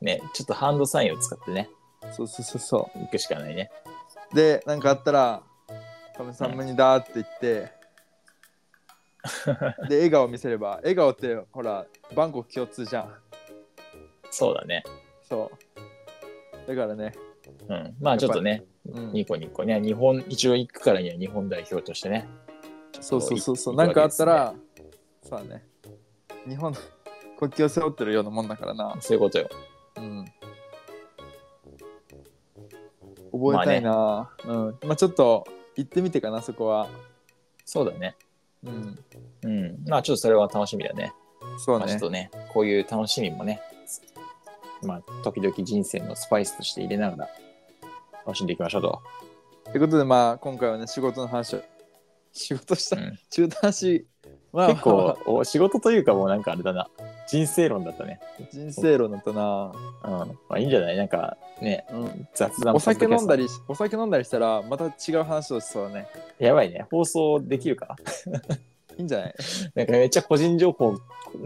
Speaker 2: ね、ちょっとハンドサインを使ってね、
Speaker 1: そうそうそうそ
Speaker 2: 行くしかないね。
Speaker 1: う。で、なんかあったら、カムサムにだーって言って、で、笑顔見せれば、笑顔ってほら、バンコク共通じゃん。
Speaker 2: そうだね。
Speaker 1: そう。だからね、
Speaker 2: うん。まあちょっとね、
Speaker 1: うん、
Speaker 2: ニコニコね、日本、一応行くからには日本代表としてね。
Speaker 1: そうそうそうそう、
Speaker 2: い
Speaker 1: なんかあったら、そうだね、日本の国旗を背負ってるようなもんだからな。
Speaker 2: そういうことよ。
Speaker 1: うん。覚えたいな、うん。まあちょっと行ってみてかな、そこは。
Speaker 2: そうだね。
Speaker 1: うん。
Speaker 2: うん。まあちょっとそれは楽しみだね。
Speaker 1: そう
Speaker 2: まあ、ちょ
Speaker 1: ね
Speaker 2: っ。とね、こういう楽しみもね、まあ、時々人生のスパイスとして入れながら、楽しんでいきましょうと。
Speaker 1: ということで、まあ今回はね、仕事の話を。仕事した、
Speaker 2: うん
Speaker 1: 中途半し、まあ、
Speaker 2: 結
Speaker 1: まあ
Speaker 2: 構、お仕事というかもうなんかあれだな、人生論だったね。
Speaker 1: 人生論だったな。
Speaker 2: うん。まあいいんじゃないなんかね、
Speaker 1: うん。
Speaker 2: 雑談
Speaker 1: お酒飲んだ
Speaker 2: り。
Speaker 1: り、お酒飲んだりしたら、また違う話をしそうだね。
Speaker 2: やばいね。放送できるか
Speaker 1: いいんじゃない
Speaker 2: なんかめっちゃ個人情報、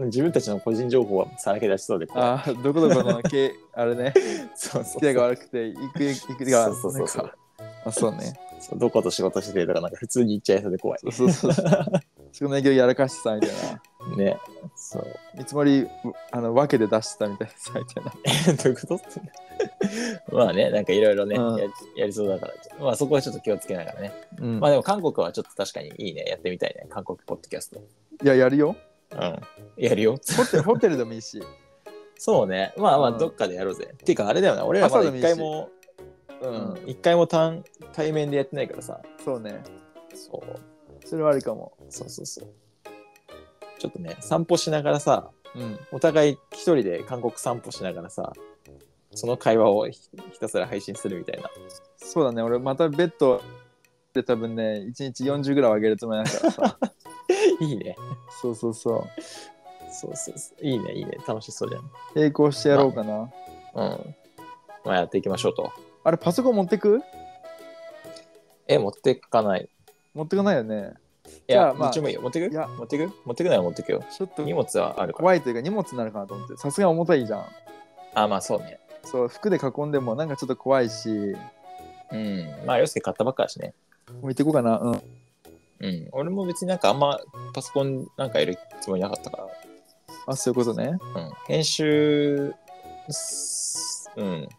Speaker 2: 自分たちの個人情報はさらけ出しそうで。こう
Speaker 1: ああ、どこどこのけ、あれね、
Speaker 2: そうそ
Speaker 1: 付
Speaker 2: う
Speaker 1: き合いうが
Speaker 2: そ。
Speaker 1: 悪くて、行く、行くが、
Speaker 2: そうそうそう
Speaker 1: なんかあ、そう ね。
Speaker 2: そうどこと仕事してるとか、なんか普通に言っちゃいそうで怖い
Speaker 1: そう。そうそう。そこの営業やらかしてたみたいな。
Speaker 2: ね。そう。
Speaker 1: 見積もりあの分けて出してたみたいですみたいな。
Speaker 2: どういうこと まあね、なんかいろいろね、
Speaker 1: うん
Speaker 2: や、やりそうだから、まあそこはちょっと気をつけながらね。
Speaker 1: うん
Speaker 2: まあでも韓国はちょっと確かにいいね、やってみたいね、韓国ポッドキャスト。
Speaker 1: いや、やるよ。
Speaker 2: うん。やるよ。
Speaker 1: ホテルホテルでもいい し。
Speaker 2: そうね、まあまあ
Speaker 1: うん
Speaker 2: どっかでやろうぜ。っていうかあれだよな、俺らまだ一回も、うん
Speaker 1: う、
Speaker 2: 一回も単対面でやってないからさ。
Speaker 1: そうね。
Speaker 2: そう、
Speaker 1: それはあるかも。
Speaker 2: そうそうそう。ちょっとね、散歩しながらさ、
Speaker 1: うん。
Speaker 2: お互い一人で韓国散歩しながらさ、その会話をひひたすら配信するみたいな。
Speaker 1: そうだね。俺またベッドで多分ね、1日40ぐらいは上げるつもりだからさ。
Speaker 2: いいね。
Speaker 1: そうそうそう。
Speaker 2: そうそうそう。いいね、いいね。楽しそうじ
Speaker 1: 並行してやろうかな。
Speaker 2: ゃん。うん。まあやっていきましょうと。
Speaker 1: あれ、パソコン持ってく
Speaker 2: え、持ってかない。
Speaker 1: 持ってかないよね。
Speaker 2: い
Speaker 1: じゃあ
Speaker 2: や、
Speaker 1: まあ
Speaker 2: どっちもいいよ。持ってく
Speaker 1: いや
Speaker 2: 持ってく持ってくなら持ってくよ。
Speaker 1: ちょっと
Speaker 2: 荷物はあるから。
Speaker 1: 怖いというか荷物になるかなと思って。さすがに重たいじゃん。
Speaker 2: あ、まあそうね。
Speaker 1: そう、服で囲んでもなんかちょっと怖いし、
Speaker 2: うん。まあ、洋介買ったばっかだしね。
Speaker 1: 置いていこうかな。うん。
Speaker 2: うん。俺も別になんかあんまパソコンなんかやるつもりなかったか
Speaker 1: あ、そういうことね。
Speaker 2: ら。うん。編集、すうん。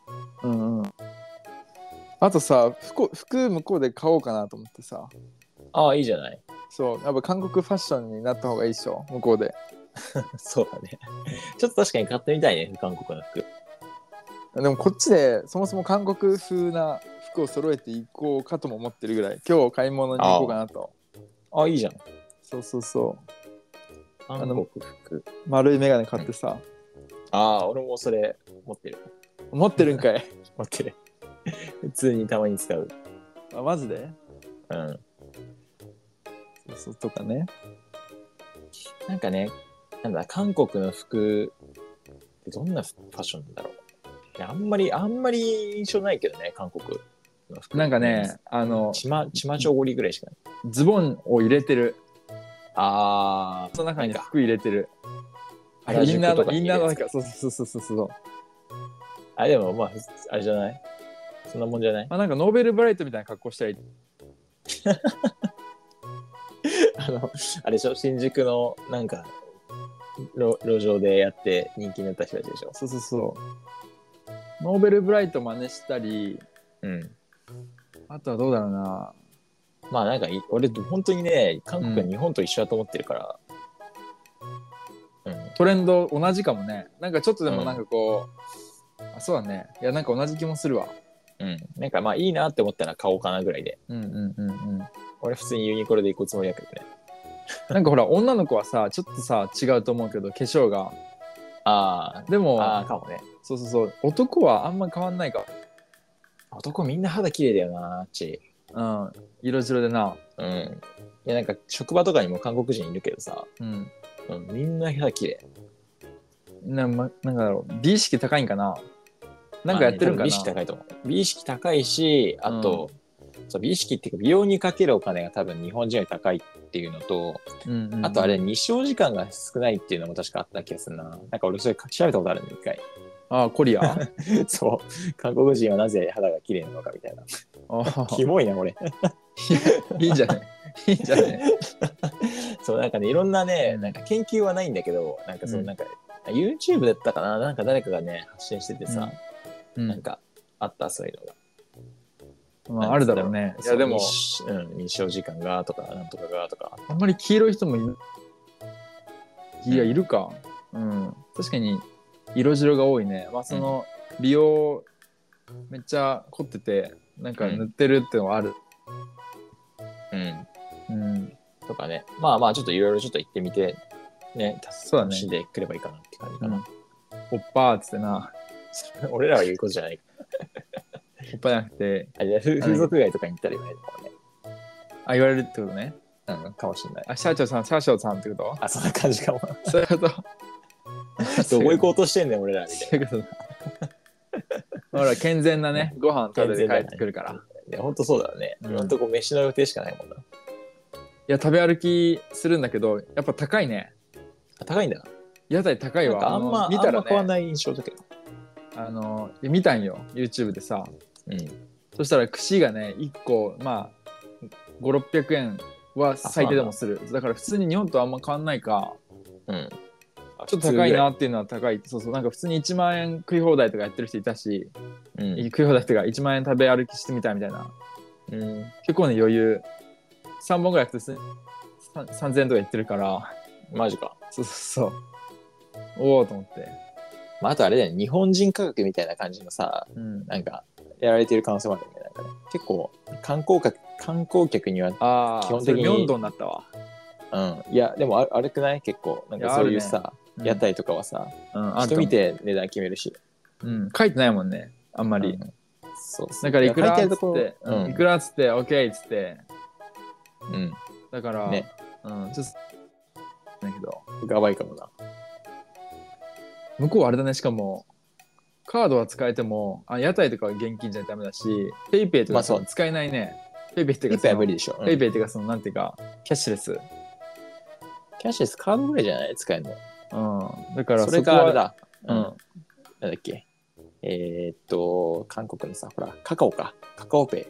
Speaker 1: うんうん。あとさ服服向こうで買おうかなと思ってさ
Speaker 2: ああ、いいじゃない。
Speaker 1: そうやっぱ韓国ファッションになった方がいいっしょ向こうで
Speaker 2: そうだね。ちょっと確かに買ってみたいね、韓国の服。
Speaker 1: でもこっちでそもそも韓国風な服を揃えていこうかとも思ってるぐらい今日買い物に行こうかなと
Speaker 2: ああ、いいじゃん。
Speaker 1: そうそうそう
Speaker 2: 韓
Speaker 1: の
Speaker 2: 国服。
Speaker 1: 丸い眼鏡買ってさ、
Speaker 2: ああ、俺もそれ持ってる。
Speaker 1: 持ってるんかい
Speaker 2: 持ってる。 普通にたまに使う。
Speaker 1: あマジで
Speaker 2: うん。
Speaker 1: そうそうとかね
Speaker 2: なんかね、なんだ、韓国の服ってどんなファッションなんだろう。いやあんまり、あんまり印象ないけどね、韓国の服。
Speaker 1: なんかね、あの
Speaker 2: ちま、ちまちょごりぐらいしかない。
Speaker 1: ズボンを入れてる
Speaker 2: あ
Speaker 1: その中に
Speaker 2: なんか
Speaker 1: 服入れてるあ
Speaker 2: 原
Speaker 1: イ
Speaker 2: 宿
Speaker 1: ンナー
Speaker 2: と
Speaker 1: の
Speaker 2: か
Speaker 1: イ
Speaker 2: に
Speaker 1: ン
Speaker 2: 入
Speaker 1: ナ
Speaker 2: れ
Speaker 1: ー
Speaker 2: る
Speaker 1: の
Speaker 2: やつ
Speaker 1: 中そうそうそうそうそう
Speaker 2: あ、あれでもまあ、ふあれじゃないそんなもんじゃない
Speaker 1: まあなんかノーベルブライトみたいな格好したり
Speaker 2: あの、あれでしょ新宿の、なんか、路路上でやって人気になった人たちでしょ
Speaker 1: そうそうそう。ノーベルブライト真似したり、
Speaker 2: うん。
Speaker 1: あとはどうだろうな。
Speaker 2: まあなんかい、俺、本当にね、韓国は日本と一緒だと思ってるから。うん
Speaker 1: トレンド同じかもね。なんかちょっとで
Speaker 2: う
Speaker 1: も
Speaker 2: ん
Speaker 1: なんかこう、あ、そうだね。いや、なんか同じ気もするわ。
Speaker 2: うん、なんかまあいいなって思ったら買おうかなぐらいで
Speaker 1: うんうんうん うん。
Speaker 2: 俺普通にユニクロで行くつもりやけどね
Speaker 1: なんかほら、女の子はさ、ちょっとさ、違うと思うけど、化粧が。
Speaker 2: あ
Speaker 1: で
Speaker 2: あああ
Speaker 1: も、
Speaker 2: かもね
Speaker 1: そうそうそう、男はあんま変わんないか。
Speaker 2: 男みんな肌綺麗だよなち
Speaker 1: うん、色白でな。
Speaker 2: うん。いや、なんか、職場とかにも韓国人いるけどさ、
Speaker 1: うん。
Speaker 2: うん、みんな部屋綺麗。
Speaker 1: なま、なんかだろう、美意識高いんかななんかやってるんかな、
Speaker 2: まあね多分美意識高いと思う。美意識高いし、あと、そう美意識っていうか、美容にかけるお金が多分日本人より高いっていうのと、
Speaker 1: うんうん
Speaker 2: あとあれ、日照時間が少ないっていうのも確かあった気がするな。なんか俺それ調べたことあるんで、一回。
Speaker 1: あコリアあ
Speaker 2: そう。韓国人はなぜ肌が綺麗なのかみたいな。キモいな、俺。
Speaker 1: いいんじゃないいいんじゃない
Speaker 2: そう、なんかね、いろんなね、なんか研究はないんだけど、なんかそうの
Speaker 1: ん
Speaker 2: なんか、YouTube だったかななんか誰かがね、発信してて さ、
Speaker 1: うん
Speaker 2: なんか、あった、そういうのが。
Speaker 1: まあ、あるだろうね。い
Speaker 2: そ
Speaker 1: や
Speaker 2: う
Speaker 1: でも、
Speaker 2: 日うん、日照時間がとか、なんとかがとか。
Speaker 1: あんまり黄色い人もいる。いや、いるか。うん。確かに、色白が多いね。まあ、その、美容、めっちゃ凝ってて、なんか塗ってるってのはある。
Speaker 2: うん。
Speaker 1: うん。
Speaker 2: とかね。まあまあ、ちょっといろいろちょっと行ってみて、ね、
Speaker 1: そうだね
Speaker 2: 楽しんでくればいいかなって感じかな。
Speaker 1: おっぱーっつってな。
Speaker 2: 俺らは言うことじゃない。
Speaker 1: おっぱーじゃなくて、
Speaker 2: あいやふ風俗街とかに行ったら言われるかもね。
Speaker 1: あ、言われるってことね。
Speaker 2: うん、かもしれない。
Speaker 1: あ、社長さん、社長さんってこ
Speaker 2: あ、そんな感じかも。
Speaker 1: とそういうこと。
Speaker 2: どこ行こうとしてんねん、俺らみたいな。
Speaker 1: そういうことだ。ほら、健全なね、ご飯食べて帰ってくるから。い
Speaker 2: いや、ほんとそうだよね。
Speaker 1: うん
Speaker 2: ほ、んとこう、飯の予定しかないもんな。
Speaker 1: や、食べ歩きするんだけど、やっぱ高いね。
Speaker 2: あ高いんだな。
Speaker 1: 屋台高い
Speaker 2: なん
Speaker 1: わ。
Speaker 2: かあんま、
Speaker 1: の見た
Speaker 2: あん
Speaker 1: ら
Speaker 2: ま変わん
Speaker 1: ね、
Speaker 2: ない印象だけど。
Speaker 1: あの、いや見たんよ、YouTube でさ。
Speaker 2: うん。
Speaker 1: そしたら、串がね、1個、まあ、5、600円は最低でもする。だから、普通に日本とあんま変わんないか、
Speaker 2: うん。あ
Speaker 1: ちょっと高い。なっていうのは高い。そうそう、なんか普通に1万円食い放題とかやってる人いたし、
Speaker 2: 普通ぐらい
Speaker 1: 食い放題とか1万円食べ歩きしてみたいみたいな。
Speaker 2: うん。うん
Speaker 1: 結構ね、余裕。3本ぐらい普通にさん3000円とかいってるから。
Speaker 2: マジか。
Speaker 1: そうそうそう。おおと思って。
Speaker 2: まあ、あとあれだよね。日本人価格みたいな感じのさ、
Speaker 1: うん、
Speaker 2: なんか、やられてる可能性もあるよね。なんかね結構、観光客、観光客には、
Speaker 1: ああ、
Speaker 2: 基本的に
Speaker 1: それミョンドンだったわ。
Speaker 2: うん。いや、でもあ、あれくない結構、なん
Speaker 1: い
Speaker 2: か
Speaker 1: や
Speaker 2: そういう
Speaker 1: あるね
Speaker 2: さ、
Speaker 1: うん
Speaker 2: 屋、台とかはさ、
Speaker 1: うん、あると
Speaker 2: 人
Speaker 1: 思う
Speaker 2: 見、て値段決めるし。
Speaker 1: うん。書いてないもんね、あんまり。
Speaker 2: うんそうそう
Speaker 1: だからいくらっつっ
Speaker 2: 書てあるとこ
Speaker 1: て、
Speaker 2: う
Speaker 1: うんい
Speaker 2: ん
Speaker 1: く。らっつって、オッケーっつって、
Speaker 2: うん。
Speaker 1: だから、
Speaker 2: ね
Speaker 1: うん、ちょっと、だけど、
Speaker 2: がばいかもな。
Speaker 1: 向こうはあれだね、しかも、カードは使えても、あ屋台とかは現金じゃダメだし、ペイペイと
Speaker 2: ま
Speaker 1: か
Speaker 2: あそう
Speaker 1: 使えないね。ペイペイっていう
Speaker 2: 一
Speaker 1: かそ
Speaker 2: 杯は
Speaker 1: の、
Speaker 2: 無理でしょ。うん
Speaker 1: ペイペイっていうか、その、なんていうか、キャッシュレス。うん。
Speaker 2: キャッシュレスカードぐらいじゃない使えるの。
Speaker 1: だから
Speaker 2: そ
Speaker 1: こは、
Speaker 2: れかあれだ。
Speaker 1: う
Speaker 2: うんん。なんだっけ。えーっと、韓国のさ、ほら、カカオか。カカオペイ。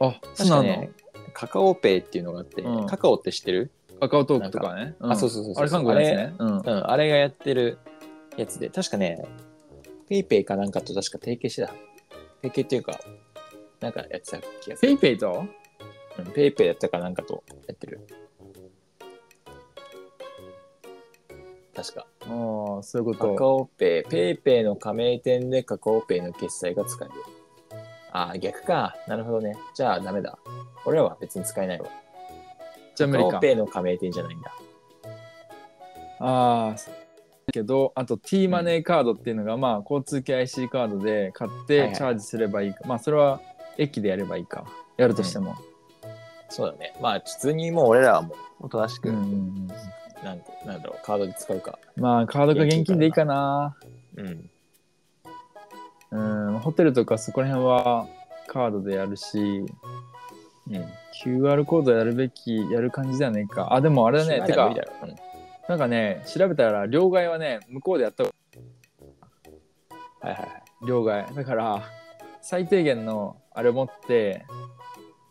Speaker 1: あ、そう
Speaker 2: 確
Speaker 1: な
Speaker 2: か
Speaker 1: の、
Speaker 2: ね、カカオペイっていうのがあって、
Speaker 1: うん
Speaker 2: カカオって知ってる
Speaker 1: カカオトークとかね。
Speaker 2: あ、そう
Speaker 1: そ
Speaker 2: そうそう
Speaker 1: あれ韓国のやつ
Speaker 2: あれ
Speaker 1: ね。うん。
Speaker 2: うん、あれがやってるやつで、確かね、ペイペイかなんかと確か提携してた。提携っていうか、なんかやってた気がす
Speaker 1: ペ
Speaker 2: る。
Speaker 1: イペイと
Speaker 2: うんペイペイやったかなんかとやってる。確か。
Speaker 1: ああ、そういうこ
Speaker 2: カカ
Speaker 1: と。
Speaker 2: オペイ、ペイペイの加盟店でカカオペイの決済が使える。ああ、逆か。なるほどね。じゃあダメだ。俺らは別に使えないわ。
Speaker 1: じゃあ無
Speaker 2: カ
Speaker 1: 理
Speaker 2: カ
Speaker 1: か
Speaker 2: オ。ペイの加盟店じゃないんだ。
Speaker 1: ああ、けど、あと T マネーカードっていうのが、まあ、交通系 IC カードで買っ
Speaker 2: はい
Speaker 1: て
Speaker 2: はい
Speaker 1: チャージすればいいか。まあ、それは駅でやればいいか。やるとしても。
Speaker 2: そうだね。まあ、普通にもう俺らはもう、おとなしく、
Speaker 1: うんうんうん
Speaker 2: なんかなんだろう、カードで使うか。
Speaker 1: まあ、カードか現金でいいかな。
Speaker 2: うん。
Speaker 1: うん、ホテルとかそこら辺はカードでやるし、
Speaker 2: うん。
Speaker 1: QR コードやるべき、やる感じではねえか。あ、でもあれだね。て
Speaker 2: ま
Speaker 1: か
Speaker 2: あ無理、だろううん
Speaker 1: なんかね、調べたら、両替はね、向こうでやった
Speaker 2: はいはいはい。
Speaker 1: 両替だから最低限のあれ持って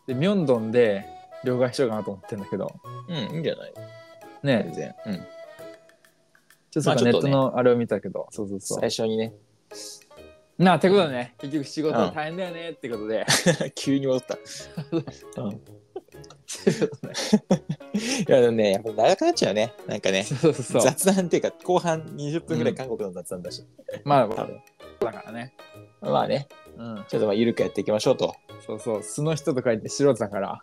Speaker 1: でミョンドンで両替しようかなと思ってんだけど
Speaker 2: うん、いいんじゃない全
Speaker 1: ね
Speaker 2: 然。うん。
Speaker 1: ちょっとなんか
Speaker 2: ま
Speaker 1: ネッ
Speaker 2: あちょっと
Speaker 1: ト
Speaker 2: ね
Speaker 1: のあれを見たけど、そうそうそ
Speaker 2: 最初にね、
Speaker 1: うなあってことでね結局仕事
Speaker 2: うん
Speaker 1: 大変だよねってことで、
Speaker 2: 急に戻った。うん。い や、でもね、やっぱ長くなっちゃうね。なんかね。
Speaker 1: そうそうそう
Speaker 2: 雑談っていうか後半20分ぐらい韓国の雑談だし、
Speaker 1: まあ
Speaker 2: 多分
Speaker 1: だからね
Speaker 2: まあね
Speaker 1: うん
Speaker 2: ちょっとまあ緩くやっていきましょうと
Speaker 1: そうそう素の人と書いて素人だから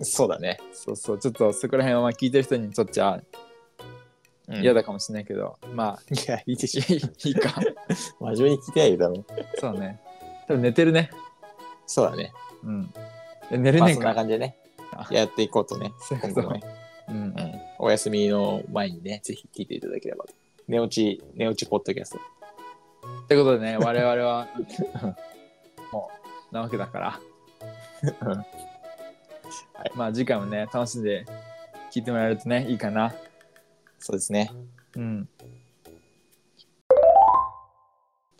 Speaker 2: そうだね
Speaker 1: そうそうちょっとそこら辺はまあ聞いてる人にとっちゃ嫌
Speaker 2: だ
Speaker 1: だかもしれないけど、まあ
Speaker 2: いやいいでしょ
Speaker 1: いいいい か
Speaker 2: 真面目に聞いてないよ多分
Speaker 1: そうね多分寝てるね
Speaker 2: そうだね
Speaker 1: うんえ寝れ
Speaker 2: ま
Speaker 1: ね
Speaker 2: あ
Speaker 1: え
Speaker 2: そん
Speaker 1: か
Speaker 2: な感じでね
Speaker 1: あ、
Speaker 2: やっていこうとね、
Speaker 1: そういうこと
Speaker 2: 今後もね、
Speaker 1: うん
Speaker 2: う、ん、お休みの前にね、ぜひ聞いていただければと。寝落ち、寝落ちポッドキャスト。
Speaker 1: ってこと でね、我々は、もう、なわけだから。はい、まあ、次回もね、楽しんで聞いてもらえるとね、いいかな。
Speaker 2: そうですね。
Speaker 1: うん。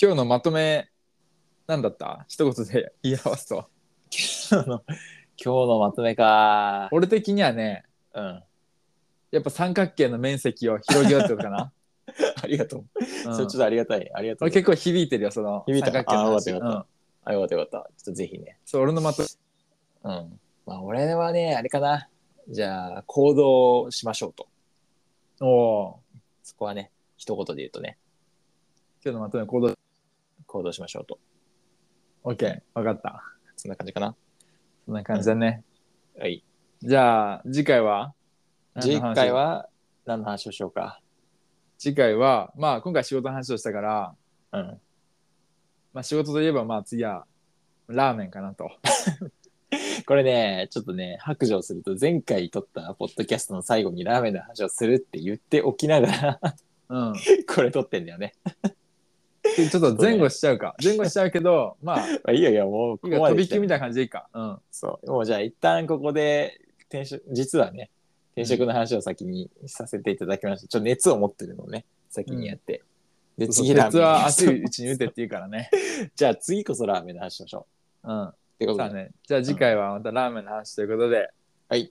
Speaker 1: 今日のまとめ、なんだった一言で言い合わすと。
Speaker 2: 今日の今日のまとめか。
Speaker 1: 俺的にはね、
Speaker 2: うん。あ
Speaker 1: やっぱ三角形の面積を広げようってことか な。
Speaker 2: りがとう。
Speaker 1: うん
Speaker 2: それちょっとありがたい。ありがとう。
Speaker 1: 俺結構響いてるよ、その
Speaker 2: 響いた
Speaker 1: 三角形の話
Speaker 2: あーよかったよ
Speaker 1: うん
Speaker 2: あ、よかったよかった。ちょっとぜひね。
Speaker 1: そう、俺のまとめ。
Speaker 2: うん。まあ、俺はね、あれかな。じゃあ、行動しましょうと。
Speaker 1: おお
Speaker 2: そこはね、一言で言うとね、
Speaker 1: ー今日のまとめ、行動。
Speaker 2: 行動しましょうと。
Speaker 1: OK、わかった。
Speaker 2: そんな感じかな。
Speaker 1: そんな感じだね。
Speaker 2: はい。
Speaker 1: じゃあ次回は
Speaker 2: 次
Speaker 1: 何の話
Speaker 2: 回は、何の話をしようか。
Speaker 1: 次回はまあ今回仕事の話をしたから、
Speaker 2: うん。
Speaker 1: まあ、仕事といえばまあ次はラーメンかなと
Speaker 2: これね、ちょっとね、白状すると、前回撮ったポッドキャストの最後にラーメンの話をするって言っておきながら、
Speaker 1: うん
Speaker 2: これ撮ってんだよね。
Speaker 1: でちょっと前後しちゃうか前後しちゃうけどまあ
Speaker 2: まあ、いいよいいよ、もう、こ
Speaker 1: い
Speaker 2: こ
Speaker 1: いか
Speaker 2: ま
Speaker 1: 飛
Speaker 2: で
Speaker 1: び
Speaker 2: 来た
Speaker 1: 級
Speaker 2: よ
Speaker 1: みたいな感じでいいかうん
Speaker 2: そう。もうじゃあ一旦ここで転職、実はね、転職の話を先にさせていただきました。ちょっと熱を持ってるのをね、先にやって。で、
Speaker 1: そう
Speaker 2: 次ラー
Speaker 1: 鉄
Speaker 2: メン。
Speaker 1: は熱いうちに打てって言うからね
Speaker 2: じゃあ次こそラーメンの話しましょ
Speaker 1: うん
Speaker 2: う。ってこと
Speaker 1: さあ
Speaker 2: で、
Speaker 1: ねじゃあ次回はまたラーメンの話ということで、
Speaker 2: はい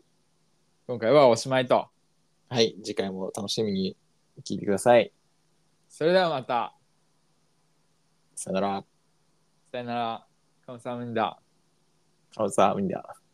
Speaker 1: 今回はおしまいと
Speaker 2: はい。次回も楽しみに聞いてください。
Speaker 1: それではまた
Speaker 2: さよなら。
Speaker 1: さよならカムサハムニダ
Speaker 2: カウサーウィンダー。